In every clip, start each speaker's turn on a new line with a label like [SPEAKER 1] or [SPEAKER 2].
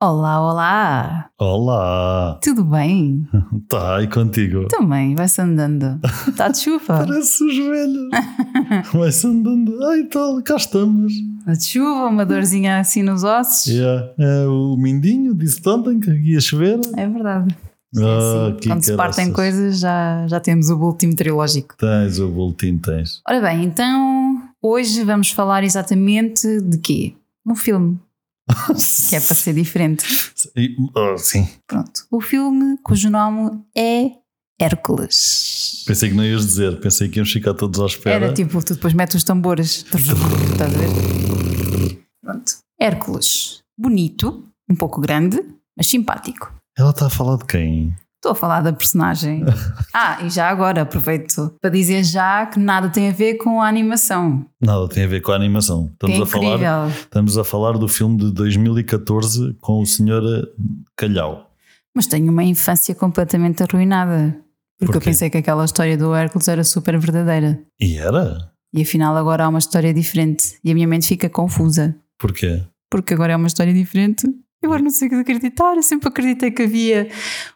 [SPEAKER 1] Olá, olá!
[SPEAKER 2] Olá!
[SPEAKER 1] Tudo bem?
[SPEAKER 2] Tá, e contigo?
[SPEAKER 1] Também, vai-se andando. Está de chuva?
[SPEAKER 2] Parece os velhos. Vai-se andando. Ai, tal, cá estamos.
[SPEAKER 1] Está Tá de chuva, uma dorzinha assim nos ossos.
[SPEAKER 2] Yeah. É, o Mindinho disse ontem que ia chover.
[SPEAKER 1] É verdade. É
[SPEAKER 2] Ah,
[SPEAKER 1] assim.
[SPEAKER 2] que
[SPEAKER 1] Quando se partem
[SPEAKER 2] caraças.
[SPEAKER 1] coisas, já, já temos o boletim trilógico.
[SPEAKER 2] Tens o boletim, tens.
[SPEAKER 1] Ora bem, então hoje vamos falar exatamente de quê? Um filme, que é para ser diferente.
[SPEAKER 2] E- ah, sim.
[SPEAKER 1] Pronto. O filme cujo nome é Hércules.
[SPEAKER 2] Pensei que não ias dizer. Pensei que íamos ficar todos à espera.
[SPEAKER 1] Era tipo, tu depois metes os tambores. Estás a ver? Pronto. Hércules. Bonito, um pouco grande, mas simpático.
[SPEAKER 2] Ela está a falar de quem?
[SPEAKER 1] Estou a falar da personagem. Ah, e já agora aproveito para dizer já que nada tem a ver com a animação.
[SPEAKER 2] Nada tem a ver com a animação. Estamos,
[SPEAKER 1] que é
[SPEAKER 2] a, falar,
[SPEAKER 1] incrível.
[SPEAKER 2] estamos a falar do filme de 2014 com o Sr. Calhau.
[SPEAKER 1] Mas tenho uma infância completamente arruinada. Porque eu
[SPEAKER 2] Porquê?
[SPEAKER 1] pensei que aquela história do Hércules era super verdadeira.
[SPEAKER 2] E era?
[SPEAKER 1] E afinal agora há uma história diferente. E a minha mente fica confusa.
[SPEAKER 2] Porquê?
[SPEAKER 1] porque agora é uma história diferente. Eu agora não sei o que acreditar. Eu sempre acreditei que havia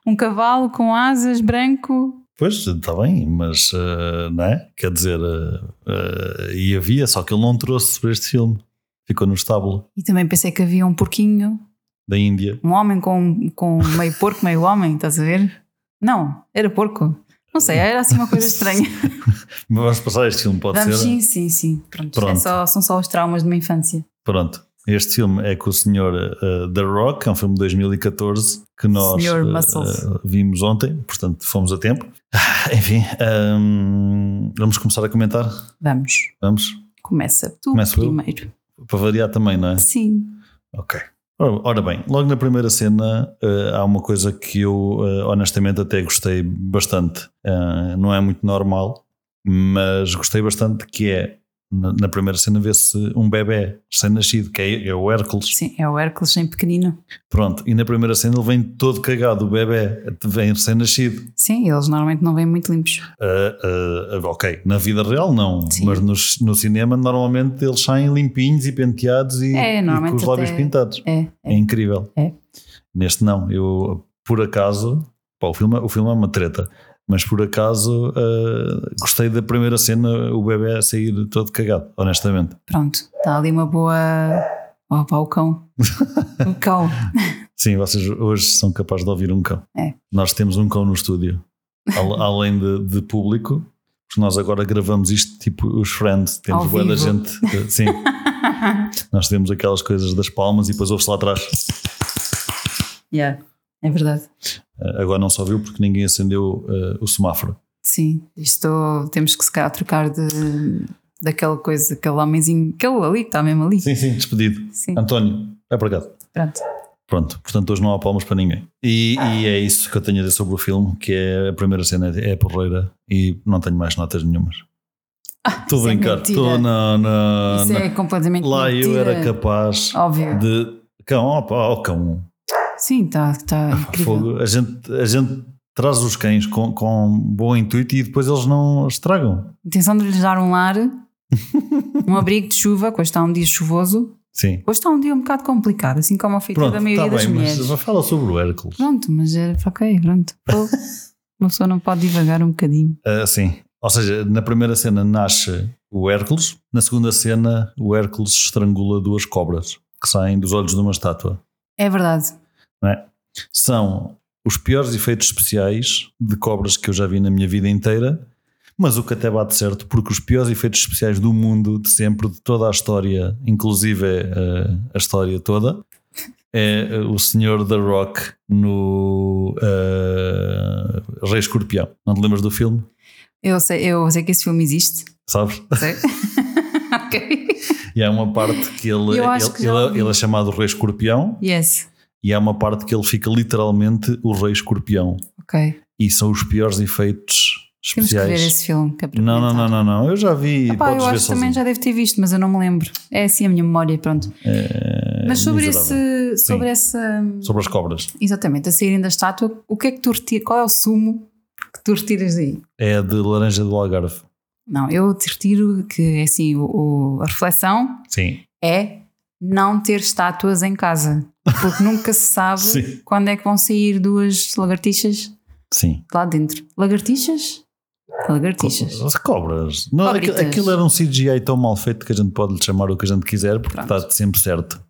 [SPEAKER 1] um cavalo com asas branco.
[SPEAKER 2] Pois, está bem, mas eh, não é? Quer dizer, eh, eh, e havia, só que ele não trouxe para este filme. Ficou no estábulo
[SPEAKER 1] E também pensei que havia um porquinho,
[SPEAKER 2] da Índia.
[SPEAKER 1] um homem com, com meio porco, meio homem, estás a ver? Não, era porco. Não sei, era assim uma coisa estranha.
[SPEAKER 2] Mas vamos passar este filme, pode
[SPEAKER 1] Vamos,
[SPEAKER 2] ser?
[SPEAKER 1] sim, sim, sim. Pronto, isto é
[SPEAKER 2] Pronto.
[SPEAKER 1] só- são só os traumas de uma infância.
[SPEAKER 2] Pronto. Este filme é com o Sr. eh, The Rock, é um filme de 2014 que nós
[SPEAKER 1] Sr.
[SPEAKER 2] eh,
[SPEAKER 1] Muscles.
[SPEAKER 2] eh, vimos ontem, portanto fomos a tempo. Ah, Enfim, ahm, vamos começar a comentar?
[SPEAKER 1] Vamos,
[SPEAKER 2] Vamos?
[SPEAKER 1] começa tu
[SPEAKER 2] Começo eu?
[SPEAKER 1] primeiro.
[SPEAKER 2] Para variar também, não é?
[SPEAKER 1] Sim,
[SPEAKER 2] Ok. Ora, ora bem, logo na primeira cena eh, há uma coisa que eu eh, honestamente até gostei bastante. Eh, não é muito normal, mas gostei bastante que é na, na primeira cena vê-se um bebê recém-nascido, que é, é o Hércules.
[SPEAKER 1] sim, é o Hércules em pequenino.
[SPEAKER 2] Pronto, e na primeira cena ele vem todo cagado, o bebê vem recém-nascido.
[SPEAKER 1] Sim, eles normalmente não vêm muito limpos.
[SPEAKER 2] Ah, ah, ah, ok, na vida real não,
[SPEAKER 1] Sim.
[SPEAKER 2] mas nos- no, cinema normalmente eles saem limpinhos e penteados e,
[SPEAKER 1] É,
[SPEAKER 2] e
[SPEAKER 1] normalmente
[SPEAKER 2] com os lábios
[SPEAKER 1] até-
[SPEAKER 2] pintados.
[SPEAKER 1] É,
[SPEAKER 2] É
[SPEAKER 1] é.
[SPEAKER 2] incrível.
[SPEAKER 1] É.
[SPEAKER 2] Neste não, eu por acaso, pá, o, filme, o filme é uma treta, mas por acaso ah, gostei da primeira cena, o bebê a sair todo cagado, honestamente.
[SPEAKER 1] Pronto, está ali uma boa. Oh, pá, o cão. O cão.
[SPEAKER 2] Sim, vocês hoje são capazes de ouvir um cão.
[SPEAKER 1] É.
[SPEAKER 2] Nós temos um cão no estúdio, Al- além de, de público, porque nós agora gravamos isto tipo os friends, temos
[SPEAKER 1] Ao
[SPEAKER 2] bué da
[SPEAKER 1] vivo.
[SPEAKER 2] gente. eh, Sim, nós temos aquelas coisas das palmas e depois ouve-se lá atrás.
[SPEAKER 1] yeah. É verdade.
[SPEAKER 2] Eh, Agora não só viu porque ninguém acendeu eh, o semáforo.
[SPEAKER 1] Sim, isto temos que se calhar trocar de, daquela coisa, aquele homenzinho, aquele ali que está mesmo ali.
[SPEAKER 2] Sim, sim, despedido.
[SPEAKER 1] Sim,
[SPEAKER 2] António, é para cá.
[SPEAKER 1] pronto.
[SPEAKER 2] Pronto, portanto hoje não há palmas para ninguém. E, e
[SPEAKER 1] Ah.
[SPEAKER 2] é isso que eu tenho a dizer sobre o filme, que é a primeira cena é porreira e não tenho mais notas nenhumas. Estou a
[SPEAKER 1] isso é
[SPEAKER 2] brincar,
[SPEAKER 1] mentira.
[SPEAKER 2] estou não, não,
[SPEAKER 1] Isso
[SPEAKER 2] Ah, não.
[SPEAKER 1] é completamente
[SPEAKER 2] Lá eu
[SPEAKER 1] mentira.
[SPEAKER 2] era capaz
[SPEAKER 1] Óbvio.
[SPEAKER 2] de cão, opa, ó cão,
[SPEAKER 1] Sim, está está incrível.
[SPEAKER 2] fogo. A gente, a gente traz os cães com, com bom intuito e depois eles não estragam.
[SPEAKER 1] Intenção de lhes dar um lar, um abrigo de chuva, que hoje está um dia chuvoso.
[SPEAKER 2] Sim.
[SPEAKER 1] Hoje está um dia um bocado complicado, assim como a feita
[SPEAKER 2] Pronto,
[SPEAKER 1] da
[SPEAKER 2] está
[SPEAKER 1] maioria
[SPEAKER 2] bem,
[SPEAKER 1] das mulheres.
[SPEAKER 2] mas fala sobre o Hércules.
[SPEAKER 1] Pronto, mas é ok, pronto. Pô, Uma pessoa não pode divagar um bocadinho.
[SPEAKER 2] Ah, sim. Ou seja, na primeira cena nasce o Hércules, na segunda cena o Hércules estrangula duas cobras que saem dos olhos de uma estátua.
[SPEAKER 1] É verdade.
[SPEAKER 2] São os piores efeitos especiais de cobras que eu já vi na minha vida inteira, mas o que até bate certo, porque os piores efeitos especiais do mundo, de sempre, de toda a história, inclusive eh, a história toda, é eh, o Senhor da Rock no eh, Rei Escorpião. Não te lembras do filme?
[SPEAKER 1] Eu sei, eu sei que esse filme existe.
[SPEAKER 2] Sabes?
[SPEAKER 1] Sei. ok.
[SPEAKER 2] E há uma parte que ele,
[SPEAKER 1] Eu acho
[SPEAKER 2] ele,
[SPEAKER 1] que já
[SPEAKER 2] ele-
[SPEAKER 1] ouvi.
[SPEAKER 2] ele é chamado Rei Escorpião
[SPEAKER 1] Yes.
[SPEAKER 2] e há uma parte que ele fica literalmente o Rei Escorpião.
[SPEAKER 1] Ok.
[SPEAKER 2] E são os piores efeitos
[SPEAKER 1] Temos que ver
[SPEAKER 2] especiais.
[SPEAKER 1] esse filme. Que é para
[SPEAKER 2] Não, não, não,
[SPEAKER 1] comentar.
[SPEAKER 2] não, não. Eu já vi.
[SPEAKER 1] Epá,
[SPEAKER 2] podes
[SPEAKER 1] eu
[SPEAKER 2] ver
[SPEAKER 1] acho que também
[SPEAKER 2] sozinho.
[SPEAKER 1] já devo ter visto, mas eu não me lembro. É assim a minha memória, pronto.
[SPEAKER 2] É
[SPEAKER 1] mas sobre
[SPEAKER 2] miserável.
[SPEAKER 1] esse. Sobre essa.
[SPEAKER 2] Sobre as cobras.
[SPEAKER 1] Exatamente, a saírem da estátua, o que é que tu retiras? Qual é o sumo que tu retiras daí?
[SPEAKER 2] É a de Laranja do Algarve.
[SPEAKER 1] é Não, eu te retiro que assim, o- o- a reflexão
[SPEAKER 2] Sim.
[SPEAKER 1] é não ter estátuas em casa, porque nunca se
[SPEAKER 2] Sim.
[SPEAKER 1] sabe quando é que vão sair duas lagartixas
[SPEAKER 2] Sim.
[SPEAKER 1] lá dentro. Lagartixas? Lagartixas.
[SPEAKER 2] As cobras. Não, aquilo,
[SPEAKER 1] Cobritas.
[SPEAKER 2] aquilo era um CGI tão mal feito que a gente pode lhe chamar o que a gente quiser, porque
[SPEAKER 1] Pronto.
[SPEAKER 2] está sempre certo.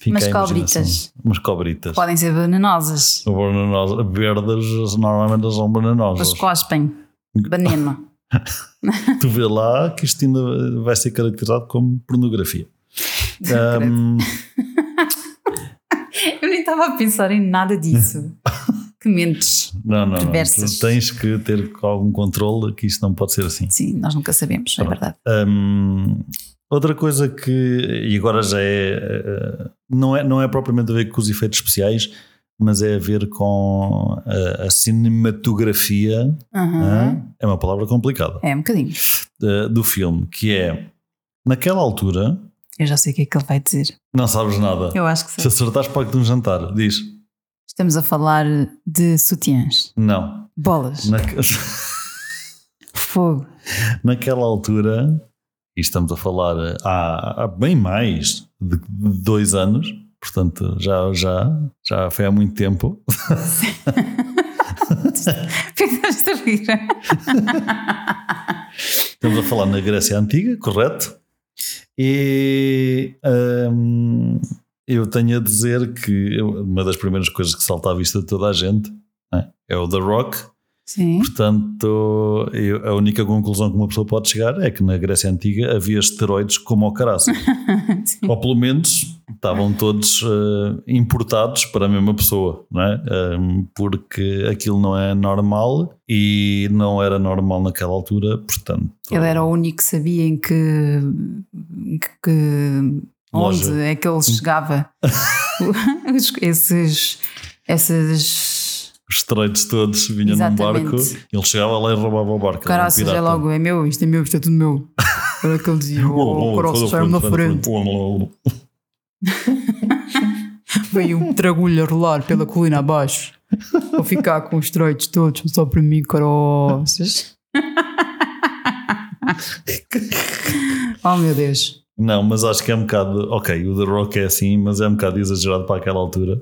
[SPEAKER 2] Fica
[SPEAKER 1] Umas
[SPEAKER 2] à imaginação.
[SPEAKER 1] cobritas.
[SPEAKER 2] Umas cobritas.
[SPEAKER 1] Podem ser venenosas.
[SPEAKER 2] São venenosas. Verdes, normalmente são venenosas.
[SPEAKER 1] Elas cospem. Banema.
[SPEAKER 2] Tu vê lá que isto ainda vai ser caracterizado como pornografia. Ahm,
[SPEAKER 1] Eu nem estava a pensar em nada disso. que mentes.
[SPEAKER 2] não, não, não.
[SPEAKER 1] Perversas.
[SPEAKER 2] Tu tens que ter algum controle que isto não pode ser assim.
[SPEAKER 1] Sim, nós nunca sabemos, é
[SPEAKER 2] Pronto.
[SPEAKER 1] verdade.
[SPEAKER 2] Hum, outra coisa que, e agora já é, eh, não é, não é propriamente a ver com os efeitos especiais, mas é a ver com eh, a, cinematografia,
[SPEAKER 1] Aham.
[SPEAKER 2] hã? é uma palavra complicada,
[SPEAKER 1] É um bocadinho.
[SPEAKER 2] eh, do filme, que é, naquela altura,
[SPEAKER 1] Eu já sei o que é que ele vai dizer.
[SPEAKER 2] não sabes nada,
[SPEAKER 1] Eu acho que
[SPEAKER 2] se
[SPEAKER 1] sei.
[SPEAKER 2] acertares para de um jantar, diz,
[SPEAKER 1] Estamos a falar de sutiãs,
[SPEAKER 2] não,
[SPEAKER 1] bolas,
[SPEAKER 2] Naque-
[SPEAKER 1] fogo.
[SPEAKER 2] naquela altura, e estamos a falar há, há bem mais de dois anos, portanto já, já, já foi há muito tempo.
[SPEAKER 1] Pensaste a rir?
[SPEAKER 2] Estamos a falar na Grécia Antiga, correto? E hum, eu tenho a dizer que eu- uma das primeiras coisas que salta à vista de toda a gente né, é o The Rock.
[SPEAKER 1] Sim.
[SPEAKER 2] Portanto, eu- a única conclusão que uma pessoa pode chegar é que na Grécia Antiga havia esteroides como o caraças.
[SPEAKER 1] Sim.
[SPEAKER 2] Ou pelo menos estavam todos eh, importados para a mesma pessoa, não é? Ehm, porque aquilo não é normal e não era normal naquela altura, portanto.
[SPEAKER 1] Ele era o único que sabia em que. em que- que-
[SPEAKER 2] Loja.
[SPEAKER 1] onde é que ele chegava. Os- esses. Esses.
[SPEAKER 2] Os esteroides todos vinham num
[SPEAKER 1] Exatamente.
[SPEAKER 2] barco, ele chegava lá e roubava o barco. era um
[SPEAKER 1] Caraças, é
[SPEAKER 2] pirata.
[SPEAKER 1] logo, é meu, isto é meu, isto é tudo meu. Era o que ele dizia, o Cross saiu um na frente, veio um tragulho a rolar pela colina abaixo. Vou ficar com os troites todos, só para mim, caroças. oh meu Deus.
[SPEAKER 2] Não, mas acho que é um bocado. Ok, o The Rock é assim, mas é um bocado exagerado para aquela altura.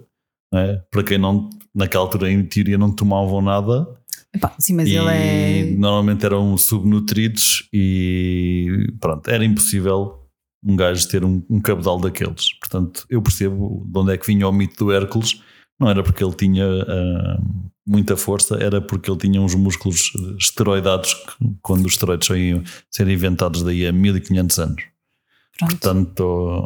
[SPEAKER 2] não é? Para quem não, naquela altura, em teoria, não tomavam nada,
[SPEAKER 1] Epá, sim, mas
[SPEAKER 2] e
[SPEAKER 1] ele é.
[SPEAKER 2] normalmente eram subnutridos e pronto, era impossível um gajo ter um, um cabedal daqueles. Portanto, eu percebo de onde é que vinha o mito do Hércules. Não era porque ele tinha ah, muita força, era porque ele tinha uns músculos esteroidados que, quando os esteroides só iam ser inventados daí a 1500 anos.
[SPEAKER 1] Pronto.
[SPEAKER 2] Portanto,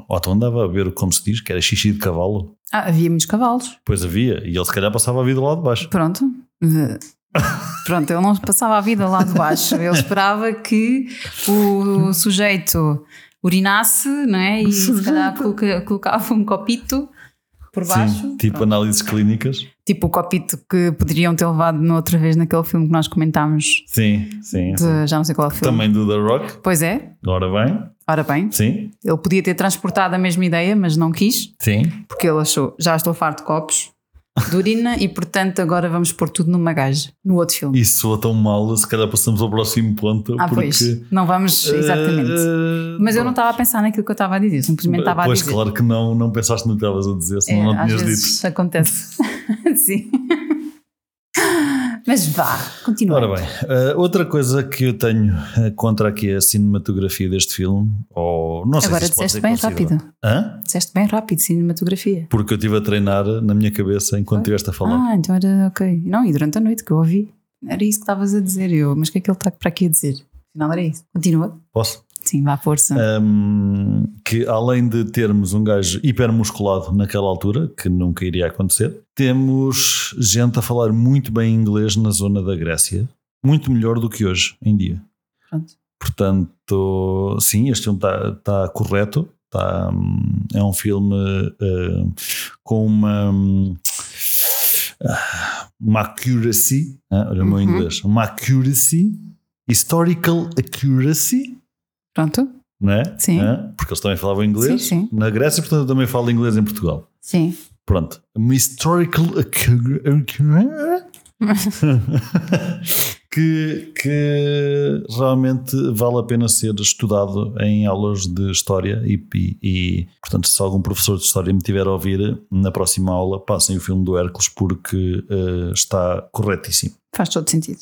[SPEAKER 2] ou então andava a ver, como se diz, que era xixi de cavalo.
[SPEAKER 1] Ah, havia muitos cavalos.
[SPEAKER 2] Pois havia, e ele se calhar passava a vida lá de baixo.
[SPEAKER 1] Pronto. Eh, Pronto, ele não passava a vida lá de baixo. Ele esperava que o sujeito urinasse, não é? E se calhar coloca- colocava um copito por baixo. Ah.
[SPEAKER 2] Sim, tipo análises clínicas.
[SPEAKER 1] Tipo o copito que poderiam ter levado na outra vez naquele filme que nós comentámos.
[SPEAKER 2] Sim, sim. sim.
[SPEAKER 1] de- já não sei qual é o filme.
[SPEAKER 2] Também do The Rock,
[SPEAKER 1] Pois é,
[SPEAKER 2] ora bem.
[SPEAKER 1] ora bem,
[SPEAKER 2] Sim,
[SPEAKER 1] ele podia ter transportado a mesma ideia, mas não quis,
[SPEAKER 2] sim.
[SPEAKER 1] porque ele achou, já estou farto de copos, de urina, e portanto agora vamos pôr tudo numa gaja, no outro filme.
[SPEAKER 2] Isso soa tão mal, se calhar passamos ao próximo ponto.
[SPEAKER 1] ah,
[SPEAKER 2] porque,
[SPEAKER 1] pois, não vamos, exatamente.
[SPEAKER 2] eh,
[SPEAKER 1] mas eu não estava a pensar naquilo que eu estava a dizer, eu simplesmente estava a
[SPEAKER 2] Pois,
[SPEAKER 1] dizer.
[SPEAKER 2] claro que não, não pensaste no que estavas a dizer, senão
[SPEAKER 1] É,
[SPEAKER 2] não
[SPEAKER 1] às
[SPEAKER 2] tinhas
[SPEAKER 1] vezes
[SPEAKER 2] dito.
[SPEAKER 1] acontece. Sim. Mas vá, continua.
[SPEAKER 2] Ora bem, eh, outra coisa que eu tenho eh, contra aqui a cinematografia deste filme, ou não sei
[SPEAKER 1] Agora
[SPEAKER 2] se isto pode
[SPEAKER 1] disseste
[SPEAKER 2] ser
[SPEAKER 1] bem
[SPEAKER 2] considerado-
[SPEAKER 1] rápido.
[SPEAKER 2] Hã?
[SPEAKER 1] Disseste bem rápido, cinematografia.
[SPEAKER 2] Porque eu estive a treinar na minha cabeça enquanto estiveste a falar.
[SPEAKER 1] Ah, então era ok. Não, e durante a noite que eu ouvi, era isso que estavas a dizer. Eu, mas o que é que ele está para aqui a dizer? Afinal era isso. Continua.
[SPEAKER 2] Posso?
[SPEAKER 1] Sim, vá à força.
[SPEAKER 2] É. Um, que além de termos um gajo hipermusculado naquela altura, que nunca iria acontecer, temos gente a falar muito bem inglês na zona da Grécia, muito melhor do que hoje em dia.
[SPEAKER 1] Pronto.
[SPEAKER 2] Portanto, sim, este filme está está correto. está, hum, é um filme eh, com uma. hum, ah, Uma accuracy, ah, olha o meu
[SPEAKER 1] Uhum.
[SPEAKER 2] inglês, uma accuracy, historical accuracy,
[SPEAKER 1] Pronto?
[SPEAKER 2] não é?
[SPEAKER 1] Sim.
[SPEAKER 2] Hã? Porque eles também falavam inglês.
[SPEAKER 1] Sim, sim.
[SPEAKER 2] Na Grécia, portanto, eu também falo inglês em Portugal.
[SPEAKER 1] Sim.
[SPEAKER 2] Pronto. Um historical accu- accu- que, que realmente vale a pena ser estudado em aulas de história e, e- e, portanto se algum professor de história me tiver a ouvir na próxima aula passem o filme do Hércules porque eh, está corretíssimo
[SPEAKER 1] Faz todo sentido.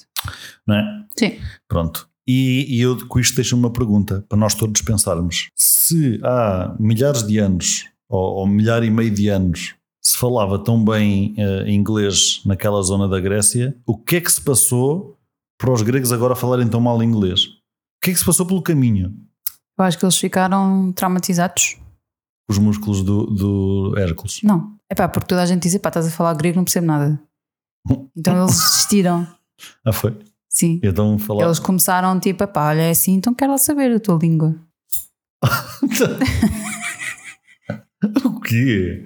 [SPEAKER 2] não é?
[SPEAKER 1] Sim.
[SPEAKER 2] Pronto. E, e eu com isto deixo uma pergunta para nós todos pensarmos. Se há milhares de anos, ou, ou milhar e meio de anos, se falava tão bem eh, inglês naquela zona da Grécia, o que é que se passou para os gregos agora falarem tão mal inglês? O que é que se passou pelo caminho?
[SPEAKER 1] Eu acho que eles ficaram traumatizados.
[SPEAKER 2] Os músculos do, do Hércules.
[SPEAKER 1] Não. É pá, porque toda a gente diz, pá, estás a falar grego, não percebo nada. Então eles desistiram.
[SPEAKER 2] Ah, foi?
[SPEAKER 1] Sim.
[SPEAKER 2] Então falar.
[SPEAKER 1] Eles começaram tipo, pá, olha, é assim, então quero lá saber a tua língua.
[SPEAKER 2] o quê?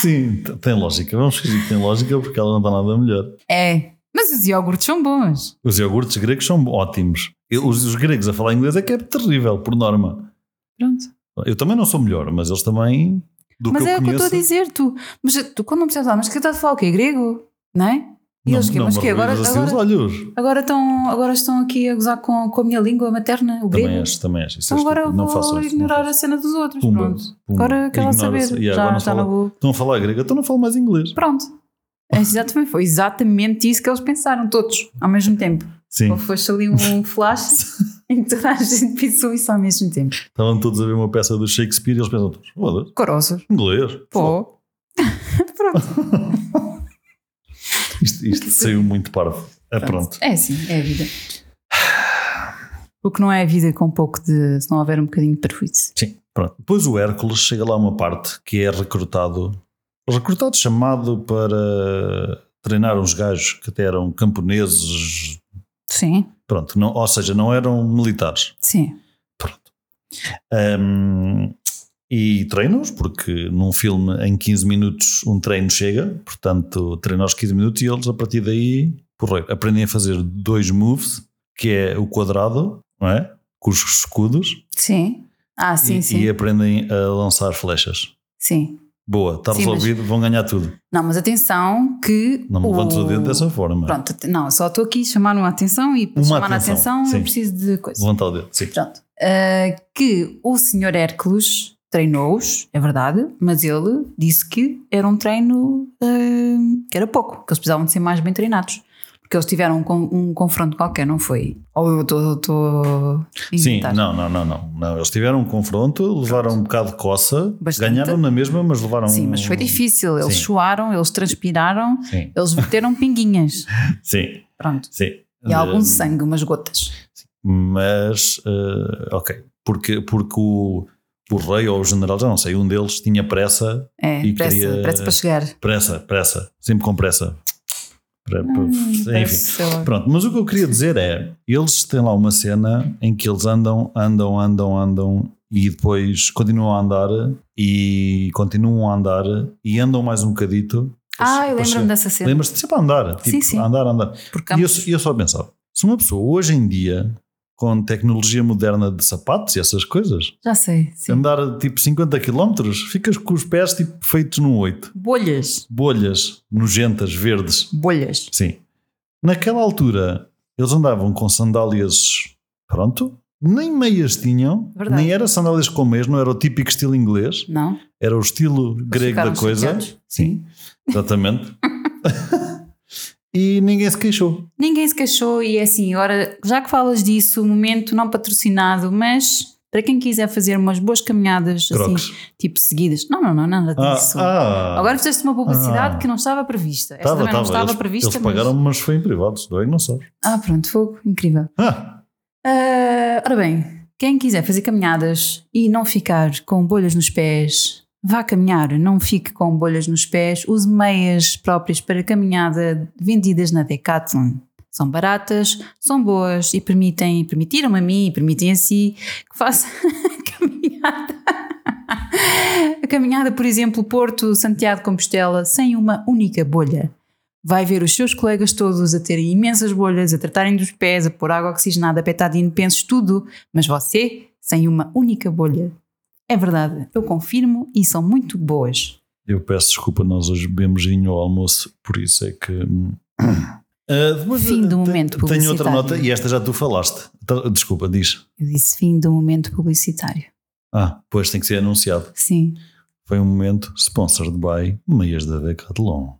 [SPEAKER 2] Sim, t- tem lógica. Vamos fingir que tem lógica porque ela não dá nada melhor.
[SPEAKER 1] É. Mas os iogurtes são bons.
[SPEAKER 2] Os iogurtes gregos são ótimos. Eu- os, os gregos a falar inglês é que é terrível, por norma.
[SPEAKER 1] Pronto.
[SPEAKER 2] Eu também não sou melhor, mas eles também, do
[SPEAKER 1] mas
[SPEAKER 2] que eu
[SPEAKER 1] é o que eu
[SPEAKER 2] conheço.
[SPEAKER 1] estou a dizer, tu. Mas tu, quando não percebes nada, mas que estás a falar o quê? Grego? Não é? E eles
[SPEAKER 2] não,
[SPEAKER 1] quê?
[SPEAKER 2] não
[SPEAKER 1] Mas
[SPEAKER 2] me
[SPEAKER 1] quê? Agora,
[SPEAKER 2] arrugas assim os
[SPEAKER 1] agora,
[SPEAKER 2] olhos.
[SPEAKER 1] agora, estão, agora estão aqui a gozar com, com a minha língua materna, o
[SPEAKER 2] Também
[SPEAKER 1] grego.
[SPEAKER 2] és, também és. Isso
[SPEAKER 1] Então
[SPEAKER 2] é
[SPEAKER 1] agora eu
[SPEAKER 2] estúpido. não faço
[SPEAKER 1] vou
[SPEAKER 2] isto, não
[SPEAKER 1] ignorar
[SPEAKER 2] faço.
[SPEAKER 1] a cena dos outros.
[SPEAKER 2] Pumba,
[SPEAKER 1] Pronto.
[SPEAKER 2] Pumba.
[SPEAKER 1] Agora quero lá
[SPEAKER 2] Ignora-se.
[SPEAKER 1] saber.
[SPEAKER 2] Yeah,
[SPEAKER 1] já
[SPEAKER 2] agora não
[SPEAKER 1] está
[SPEAKER 2] fala-
[SPEAKER 1] na boa.
[SPEAKER 2] Estão a falar grego, então não falo mais inglês.
[SPEAKER 1] Pronto. É Exatamente, foi exatamente isso que eles pensaram, todos, ao mesmo tempo.
[SPEAKER 2] Sim,
[SPEAKER 1] Ou foste ali um flash em que toda a gente pensou isso ao mesmo tempo.
[SPEAKER 2] estavam todos a ver uma peça do Shakespeare e eles pensam: todos, foda-se,
[SPEAKER 1] Coroças.
[SPEAKER 2] inglês.
[SPEAKER 1] Pô. pronto.
[SPEAKER 2] Isto, isto saiu muito parvo. É pronto.
[SPEAKER 1] É assim, é a vida. O que não é a vida com um pouco de. se não houver um bocadinho de prejuízo.
[SPEAKER 2] Sim, pronto. Depois o Hércules chega lá a uma parte que é recrutado, recrutado, chamado para treinar uns gajos que até eram camponeses,
[SPEAKER 1] Sim,
[SPEAKER 2] pronto, não, ou seja, não eram militares.
[SPEAKER 1] sim.
[SPEAKER 2] Pronto. Ahm, e treinos, porque num filme em 15 minutos um treino chega, portanto treina aos 15 minutos e eles a partir daí porreiro, aprendem a fazer dois moves, que é o quadrado, não é? Com os escudos
[SPEAKER 1] Sim. Ah, sim,
[SPEAKER 2] e-
[SPEAKER 1] sim.
[SPEAKER 2] e é- aprendem a lançar flechas.
[SPEAKER 1] Sim.
[SPEAKER 2] Boa, está
[SPEAKER 1] Sim, mas-
[SPEAKER 2] resolvido, vão ganhar tudo.
[SPEAKER 1] Não, mas atenção que.
[SPEAKER 2] Não me levantes o dedo dessa forma.
[SPEAKER 1] Pronto, at- não, só estou aqui a chamar uma atenção e para
[SPEAKER 2] Uma
[SPEAKER 1] chamar
[SPEAKER 2] atenção,
[SPEAKER 1] a atenção
[SPEAKER 2] sim.
[SPEAKER 1] eu preciso de coisa.
[SPEAKER 2] Levantar o dedo, sim.
[SPEAKER 1] Pronto. Uh, que o senhor Hércules treinou-os, é verdade, mas ele disse que era um treino uh, que era pouco, que eles precisavam de ser mais bem treinados. Porque eles tiveram um, con- um confronto qualquer, não foi? Ou eu estou.
[SPEAKER 2] Sim, não, não, não, não, não. Eles tiveram um confronto, levaram um bocado de coça,
[SPEAKER 1] Bastante.
[SPEAKER 2] ganharam na mesma, mas levaram. um
[SPEAKER 1] Sim, mas foi difícil. Eles
[SPEAKER 2] Sim.
[SPEAKER 1] suaram, eles transpiraram,
[SPEAKER 2] Sim,
[SPEAKER 1] eles meteram pinguinhas.
[SPEAKER 2] sim,
[SPEAKER 1] Pronto.
[SPEAKER 2] sim.
[SPEAKER 1] E algum
[SPEAKER 2] Eh,
[SPEAKER 1] sangue, umas gotas.
[SPEAKER 2] Mas, eh, ok. Porque, porque o, o rei ou o general, já não sei, um deles tinha pressa,
[SPEAKER 1] É,
[SPEAKER 2] E
[SPEAKER 1] pressa,
[SPEAKER 2] queria-
[SPEAKER 1] pressa para chegar.
[SPEAKER 2] pressa, pressa, sempre com pressa. Pre- pre-
[SPEAKER 1] Hum,
[SPEAKER 2] enfim.
[SPEAKER 1] parece, sei lá.
[SPEAKER 2] Pronto, mas o que eu queria dizer é: eles têm lá uma cena em que eles andam, andam, andam, andam e depois continuam a andar e continuam a andar e andam mais um bocadito.
[SPEAKER 1] Ah, eu
[SPEAKER 2] Depois-
[SPEAKER 1] lembro-me dessa cena.
[SPEAKER 2] Lembras-te sempre a andar, tipo,
[SPEAKER 1] Sim, sim.
[SPEAKER 2] andar, andar.
[SPEAKER 1] Porque
[SPEAKER 2] E eu,
[SPEAKER 1] ambos-
[SPEAKER 2] e eu só pensava: se uma pessoa hoje em dia, com tecnologia moderna de sapatos e essas coisas,
[SPEAKER 1] já sei. Sim.
[SPEAKER 2] andar tipo 50 km, ficas com os pés tipo, feitos num oito
[SPEAKER 1] Bolhas.
[SPEAKER 2] bolhas nojentas, verdes.
[SPEAKER 1] Bolhas.
[SPEAKER 2] Sim. Naquela altura, eles andavam com sandálias, pronto, nem meias tinham,
[SPEAKER 1] Verdade.
[SPEAKER 2] nem era sandálias com meias, não era o típico estilo inglês,
[SPEAKER 1] Não?
[SPEAKER 2] era o estilo grego da
[SPEAKER 1] ficaram
[SPEAKER 2] coisa.
[SPEAKER 1] chateados.
[SPEAKER 2] Sim, exatamente. e ninguém se queixou.
[SPEAKER 1] Ninguém se queixou e é assim, ora, já que falas disso, momento não patrocinado, mas para quem quiser fazer umas boas caminhadas
[SPEAKER 2] Crocs.
[SPEAKER 1] assim, tipo seguidas. Não, não, não, nada
[SPEAKER 2] Ah,
[SPEAKER 1] disso.
[SPEAKER 2] ah,
[SPEAKER 1] Agora fizeste uma publicidade
[SPEAKER 2] Ah.
[SPEAKER 1] que não estava prevista. Esta
[SPEAKER 2] estava,
[SPEAKER 1] também não
[SPEAKER 2] estava.
[SPEAKER 1] estava
[SPEAKER 2] Eles,
[SPEAKER 1] prevista.
[SPEAKER 2] eles
[SPEAKER 1] mas-
[SPEAKER 2] pagaram, mas... foi em privado, se doer, não sabes.
[SPEAKER 1] Ah, pronto, fogo, incrível.
[SPEAKER 2] Ah,
[SPEAKER 1] Ah, ora bem, quem quiser fazer caminhadas e não ficar com bolhas nos pés, vá caminhar, não fique com bolhas nos pés, use meias próprias para caminhada vendidas na Decathlon. São baratas, são boas e permitem, permitiram a mim e permitem a si que faça a caminhada. A caminhada, por exemplo, Porto, Santiago de Compostela, sem uma única bolha. Vai ver os seus colegas todos a terem imensas bolhas, a tratarem dos pés, a pôr água oxigenada, betadine, pensos tudo, mas você sem uma única bolha. É verdade, eu confirmo e são muito boas.
[SPEAKER 2] eu peço desculpa, nós hoje bebemos vinho ao almoço, por isso é que hum, Ah, depois,
[SPEAKER 1] Fim do
[SPEAKER 2] eh,
[SPEAKER 1] momento
[SPEAKER 2] Tenho outra
[SPEAKER 1] publicitário.
[SPEAKER 2] nota e esta já tu falaste. Tá, Desculpa, diz.
[SPEAKER 1] Eu disse fim do momento publicitário.
[SPEAKER 2] Ah, pois tem que ser anunciado.
[SPEAKER 1] Sim.
[SPEAKER 2] Foi um momento sponsored by Meias da Decathlon.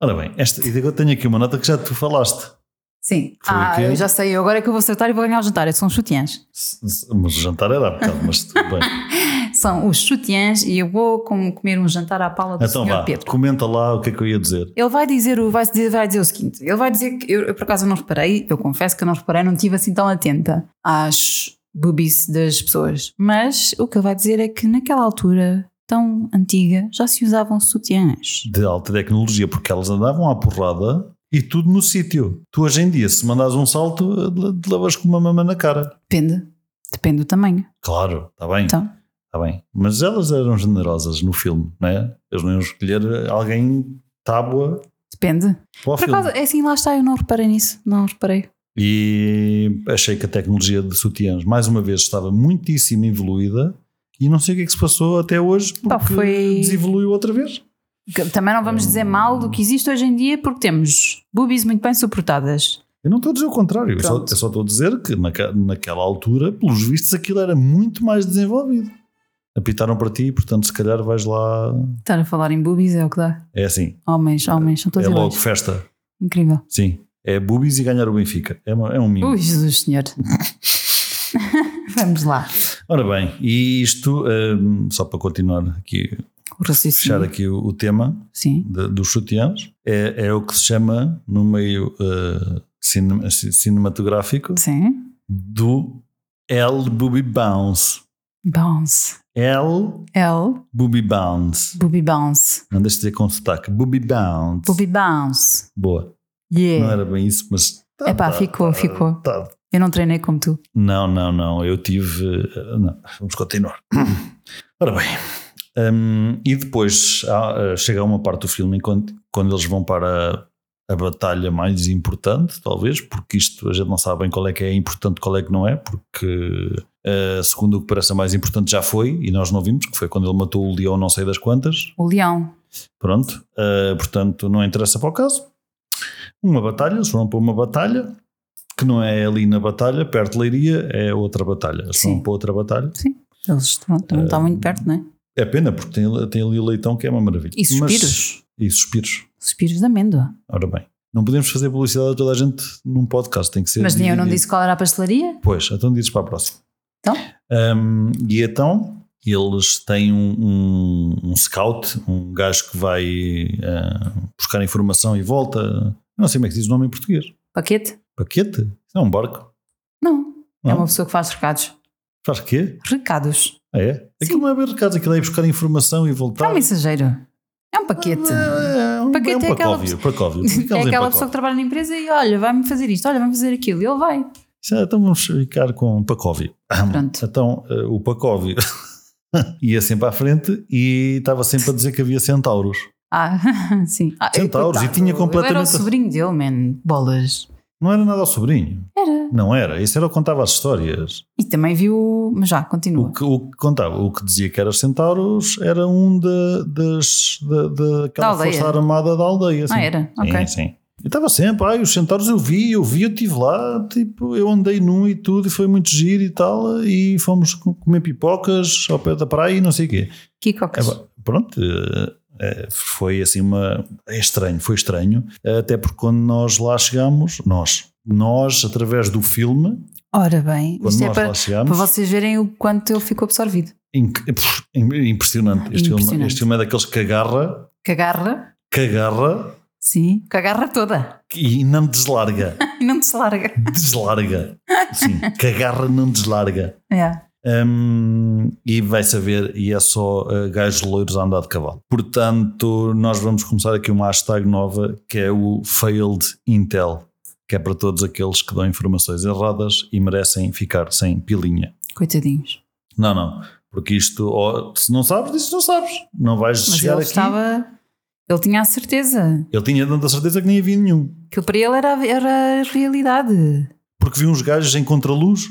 [SPEAKER 2] Ora bem, esta, e agora tenho aqui uma nota que já tu falaste.
[SPEAKER 1] Sim.
[SPEAKER 2] Foi o
[SPEAKER 1] ah,
[SPEAKER 2] quê?
[SPEAKER 1] eu já sei. eu Agora é que eu vou acertar e vou ganhar o jantar. São os chutiãs.
[SPEAKER 2] S- s- Mas o jantar era há bocado, mas tudo bem.
[SPEAKER 1] São os chutiãs e eu vou com- comer um jantar à pala do
[SPEAKER 2] Então
[SPEAKER 1] Sr.
[SPEAKER 2] vá,
[SPEAKER 1] Pedro.
[SPEAKER 2] comenta lá o que é que eu ia dizer.
[SPEAKER 1] Ele vai dizer, o- vai dizer, vai dizer o seguinte: ele vai dizer que eu, eu por acaso não reparei, eu confesso que eu não reparei, não estive assim tão atenta às boobies das pessoas. Mas o que ele vai dizer é que naquela altura tão antiga já se usavam sutiãs.
[SPEAKER 2] de alta tecnologia, porque elas andavam à porrada e tudo no sítio. Tu hoje em dia, se mandas um salto, eh, te levas com uma mama na cara.
[SPEAKER 1] Depende. Depende do tamanho.
[SPEAKER 2] Claro, está bem, está
[SPEAKER 1] Então,
[SPEAKER 2] bem. Mas elas eram generosas no filme, não é? Eles não iam escolher alguém tábua
[SPEAKER 1] depende.
[SPEAKER 2] para o
[SPEAKER 1] Por
[SPEAKER 2] filme.
[SPEAKER 1] acaso, é assim, lá está, eu não reparei nisso. Não reparei.
[SPEAKER 2] E achei que a tecnologia de sutiãs, mais uma vez, estava muitíssimo evoluída e não sei o que é que se passou até hoje porque
[SPEAKER 1] Pá, foi-
[SPEAKER 2] desevoluiu outra vez.
[SPEAKER 1] Que Também não vamos dizer mal do que existe hoje em dia, porque temos boobies muito bem suportadas.
[SPEAKER 2] Eu não estou a dizer o contrário, eu só,
[SPEAKER 1] Pronto.
[SPEAKER 2] eu só estou a dizer que naca- naquela altura, pelos vistos, aquilo era muito mais desenvolvido. Apitaram para ti, portanto, se calhar vais lá.
[SPEAKER 1] Estar a falar em boobies é o que dá.
[SPEAKER 2] É assim,
[SPEAKER 1] Homens, homens, são todos
[SPEAKER 2] é logo
[SPEAKER 1] iguais.
[SPEAKER 2] festa.
[SPEAKER 1] Incrível.
[SPEAKER 2] Sim, é boobies e ganhar o Benfica. É, uma- é um mimo.
[SPEAKER 1] Ui, Jesus Senhor. vamos lá.
[SPEAKER 2] Ora bem, e isto, hum, só para continuar aqui,
[SPEAKER 1] O
[SPEAKER 2] fechar
[SPEAKER 1] raciocínio.
[SPEAKER 2] aqui o, o tema
[SPEAKER 1] Sim.
[SPEAKER 2] de- dos chuteanos, é, é o que se chama no meio eh, cine- ci- cinematográfico
[SPEAKER 1] Sim.
[SPEAKER 2] do L Booby Bounce.
[SPEAKER 1] Bounce.
[SPEAKER 2] L
[SPEAKER 1] L.
[SPEAKER 2] Booby Bounce.
[SPEAKER 1] Booby bounce.
[SPEAKER 2] Não deixe de dizer com sotaque. Booby Bounce.
[SPEAKER 1] Booby bounce.
[SPEAKER 2] Boa. Não
[SPEAKER 1] Yeah.
[SPEAKER 2] era bem isso, mas.
[SPEAKER 1] Epá, ficou, ficou.
[SPEAKER 2] tá.
[SPEAKER 1] Eu não treinei como tu.
[SPEAKER 2] Não, não, não. Eu tive. eh, Não. Vamos continuar. Ora bem. hum, e depois há, eh, chega uma parte do filme em quando, quando eles vão para a batalha mais importante, talvez, porque isto a gente não sabe bem qual é que é importante, qual é que não é, porque eh, segundo o que parece a mais importante já foi, e nós não vimos, que foi quando ele matou o leão não sei das quantas,
[SPEAKER 1] O leão.
[SPEAKER 2] Pronto, eh, portanto, não interessa para o caso. Uma batalha, eles foram para uma batalha, que não é ali na batalha, perto de Leiria, é outra batalha. Eles foram
[SPEAKER 1] Sim.
[SPEAKER 2] para outra batalha.
[SPEAKER 1] Eles pronto, não estão muito perto, não é?
[SPEAKER 2] É pena, porque tem, tem ali o leitão que é uma maravilha.
[SPEAKER 1] E suspiros.
[SPEAKER 2] Mas, e suspiros.
[SPEAKER 1] Suspiros de amêndoa.
[SPEAKER 2] Ora bem, não podemos fazer publicidade a toda a gente num podcast, tem que ser.
[SPEAKER 1] Mas nem eu não
[SPEAKER 2] dividido.
[SPEAKER 1] disse qual era a pastelaria?
[SPEAKER 2] Pois, então dizes para a próxima.
[SPEAKER 1] Então?
[SPEAKER 2] Um, e então, eles têm um, um, um scout, um gajo que vai ah, buscar informação e volta. Não sei como é que se diz o nome em português.
[SPEAKER 1] Paquete?
[SPEAKER 2] Paquete? Isso não É um barco.
[SPEAKER 1] Não. É
[SPEAKER 2] Não?
[SPEAKER 1] uma pessoa que faz recados.
[SPEAKER 2] Faz quê?
[SPEAKER 1] Recados.
[SPEAKER 2] Ah, é?
[SPEAKER 1] Sim.
[SPEAKER 2] Aquilo não é bem recado, aquilo é ir buscar informação e
[SPEAKER 1] É um
[SPEAKER 2] voltar.
[SPEAKER 1] mensageiro. É um paquete.
[SPEAKER 2] É, é um,
[SPEAKER 1] Paquete
[SPEAKER 2] é um
[SPEAKER 1] é aquela
[SPEAKER 2] pacóvio, pacóvio.
[SPEAKER 1] É
[SPEAKER 2] Ficamos eh, em
[SPEAKER 1] aquela
[SPEAKER 2] pacóvio.
[SPEAKER 1] pessoa que trabalha na empresa e olha, vai-me fazer isto, olha, vai-me fazer aquilo. E ele vai.
[SPEAKER 2] Isso é, Então vamos ficar com Pacóvio.
[SPEAKER 1] Pronto.
[SPEAKER 2] Então eh, o Pacóvio ia sempre à frente e estava sempre a dizer que havia centauros.
[SPEAKER 1] Ah, sim. Ah, eu,
[SPEAKER 2] Centauros, e
[SPEAKER 1] coitado,
[SPEAKER 2] tinha
[SPEAKER 1] Eu era o
[SPEAKER 2] completamente-
[SPEAKER 1] sobrinho dele, man. Bolas.
[SPEAKER 2] Não era nada ao sobrinho.
[SPEAKER 1] Era.
[SPEAKER 2] Não era, isso era o que contava as histórias.
[SPEAKER 1] E também viu. Mas já,
[SPEAKER 2] O
[SPEAKER 1] continua.
[SPEAKER 2] que, o que contava, o que dizia que era os centauros, era um da, das, da, da-
[SPEAKER 1] Da
[SPEAKER 2] aquela
[SPEAKER 1] aldeia.
[SPEAKER 2] força armada da aldeia.
[SPEAKER 1] Ah,
[SPEAKER 2] sim.
[SPEAKER 1] era.
[SPEAKER 2] Sim,
[SPEAKER 1] Ok.
[SPEAKER 2] sim. E estava sempre, ai, os centauros eu vi, eu vi, eu estive lá, tipo, eu andei num e tudo, e foi muito giro e tal, e fomos co- comer pipocas ao pé da praia e não sei o quê. É,
[SPEAKER 1] Kikocas.
[SPEAKER 2] pá, pronto, eh, eh, foi assim uma. É estranho, foi estranho, até porque quando nós lá chegámos, nós, nós, através do filme,
[SPEAKER 1] Ora bem,
[SPEAKER 2] quando
[SPEAKER 1] isto é
[SPEAKER 2] nós
[SPEAKER 1] para,
[SPEAKER 2] lá chegámos.
[SPEAKER 1] para vocês verem o quanto ele ficou absorvido.
[SPEAKER 2] Inc- pff, Impressionante. Este, Filme,
[SPEAKER 1] Impressionante.
[SPEAKER 2] este filme é daqueles que agarra,
[SPEAKER 1] Que agarra,
[SPEAKER 2] que agarra
[SPEAKER 1] sim, que agarra toda
[SPEAKER 2] e não deslarga.
[SPEAKER 1] e não te larga.
[SPEAKER 2] deslarga. Sim, que agarra, não deslarga.
[SPEAKER 1] É.
[SPEAKER 2] Hum, e vai saber, e é só uh, gajos loiros a andar de cavalo. Portanto, nós vamos começar aqui uma hashtag nova que é o Failed Intel, que é para todos aqueles que dão informações erradas e merecem ficar sem pilinha.
[SPEAKER 1] Coitadinhos.
[SPEAKER 2] Não, não, porque isto, ó, se não sabes, dizes que não sabes. Não vais
[SPEAKER 1] Mas
[SPEAKER 2] chegar
[SPEAKER 1] ele
[SPEAKER 2] aqui.
[SPEAKER 1] estava. Ele tinha a certeza
[SPEAKER 2] Ele tinha tanta certeza que nem havia nenhum.
[SPEAKER 1] que para ele era, era a realidade.
[SPEAKER 2] Porque vi uns gajos em contraluz.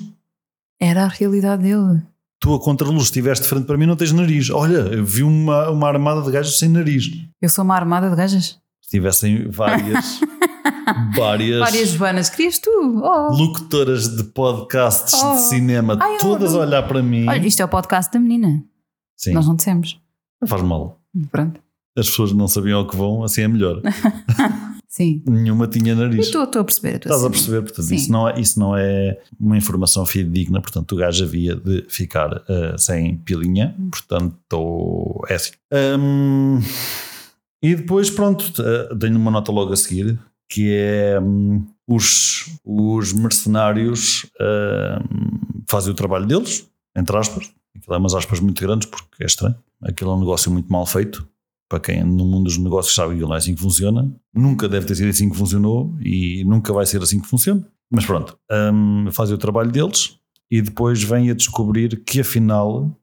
[SPEAKER 1] Era a realidade dele.
[SPEAKER 2] Tu a contraluz estiveste de frente para mim não tens nariz. Olha, eu vi uma, uma armada de gajos sem nariz.
[SPEAKER 1] Eu sou uma armada de gajas.
[SPEAKER 2] Se tivessem várias, várias,
[SPEAKER 1] Olha, Joanas, querias tu? Oh.
[SPEAKER 2] locutoras de podcasts
[SPEAKER 1] Oh.
[SPEAKER 2] de cinema,
[SPEAKER 1] Ai, eu
[SPEAKER 2] todas a
[SPEAKER 1] adoro.
[SPEAKER 2] olhar para mim.
[SPEAKER 1] Olha, isto é o podcast da menina.
[SPEAKER 2] Sim,
[SPEAKER 1] Nós não dissemos.
[SPEAKER 2] não faz mal.
[SPEAKER 1] Pronto.
[SPEAKER 2] As pessoas não sabiam ao que vão, assim é melhor.
[SPEAKER 1] Sim.
[SPEAKER 2] Nenhuma tinha
[SPEAKER 1] Eu
[SPEAKER 2] nariz.
[SPEAKER 1] estou estou a perceber. eu estou
[SPEAKER 2] Estás a
[SPEAKER 1] assim.
[SPEAKER 2] perceber, portanto,
[SPEAKER 1] Sim.
[SPEAKER 2] isso não, é, isso não é uma informação fidedigna, portanto, o gajo havia de ficar eh, sem pilinha, portanto, é assim. Hum, e depois, pronto, eh, tenho uma nota logo a seguir, que é hum, os, os mercenários hum, fazem o trabalho deles, entre aspas, aquilo é umas aspas muito grandes, porque é estranho, aquilo é um negócio muito mal feito, para quem no mundo dos negócios sabe que não é assim que funciona, nunca deve ter sido assim que funcionou e nunca vai ser assim que funciona. Mas pronto, hum, fazem o trabalho deles e depois vêm a descobrir que afinal,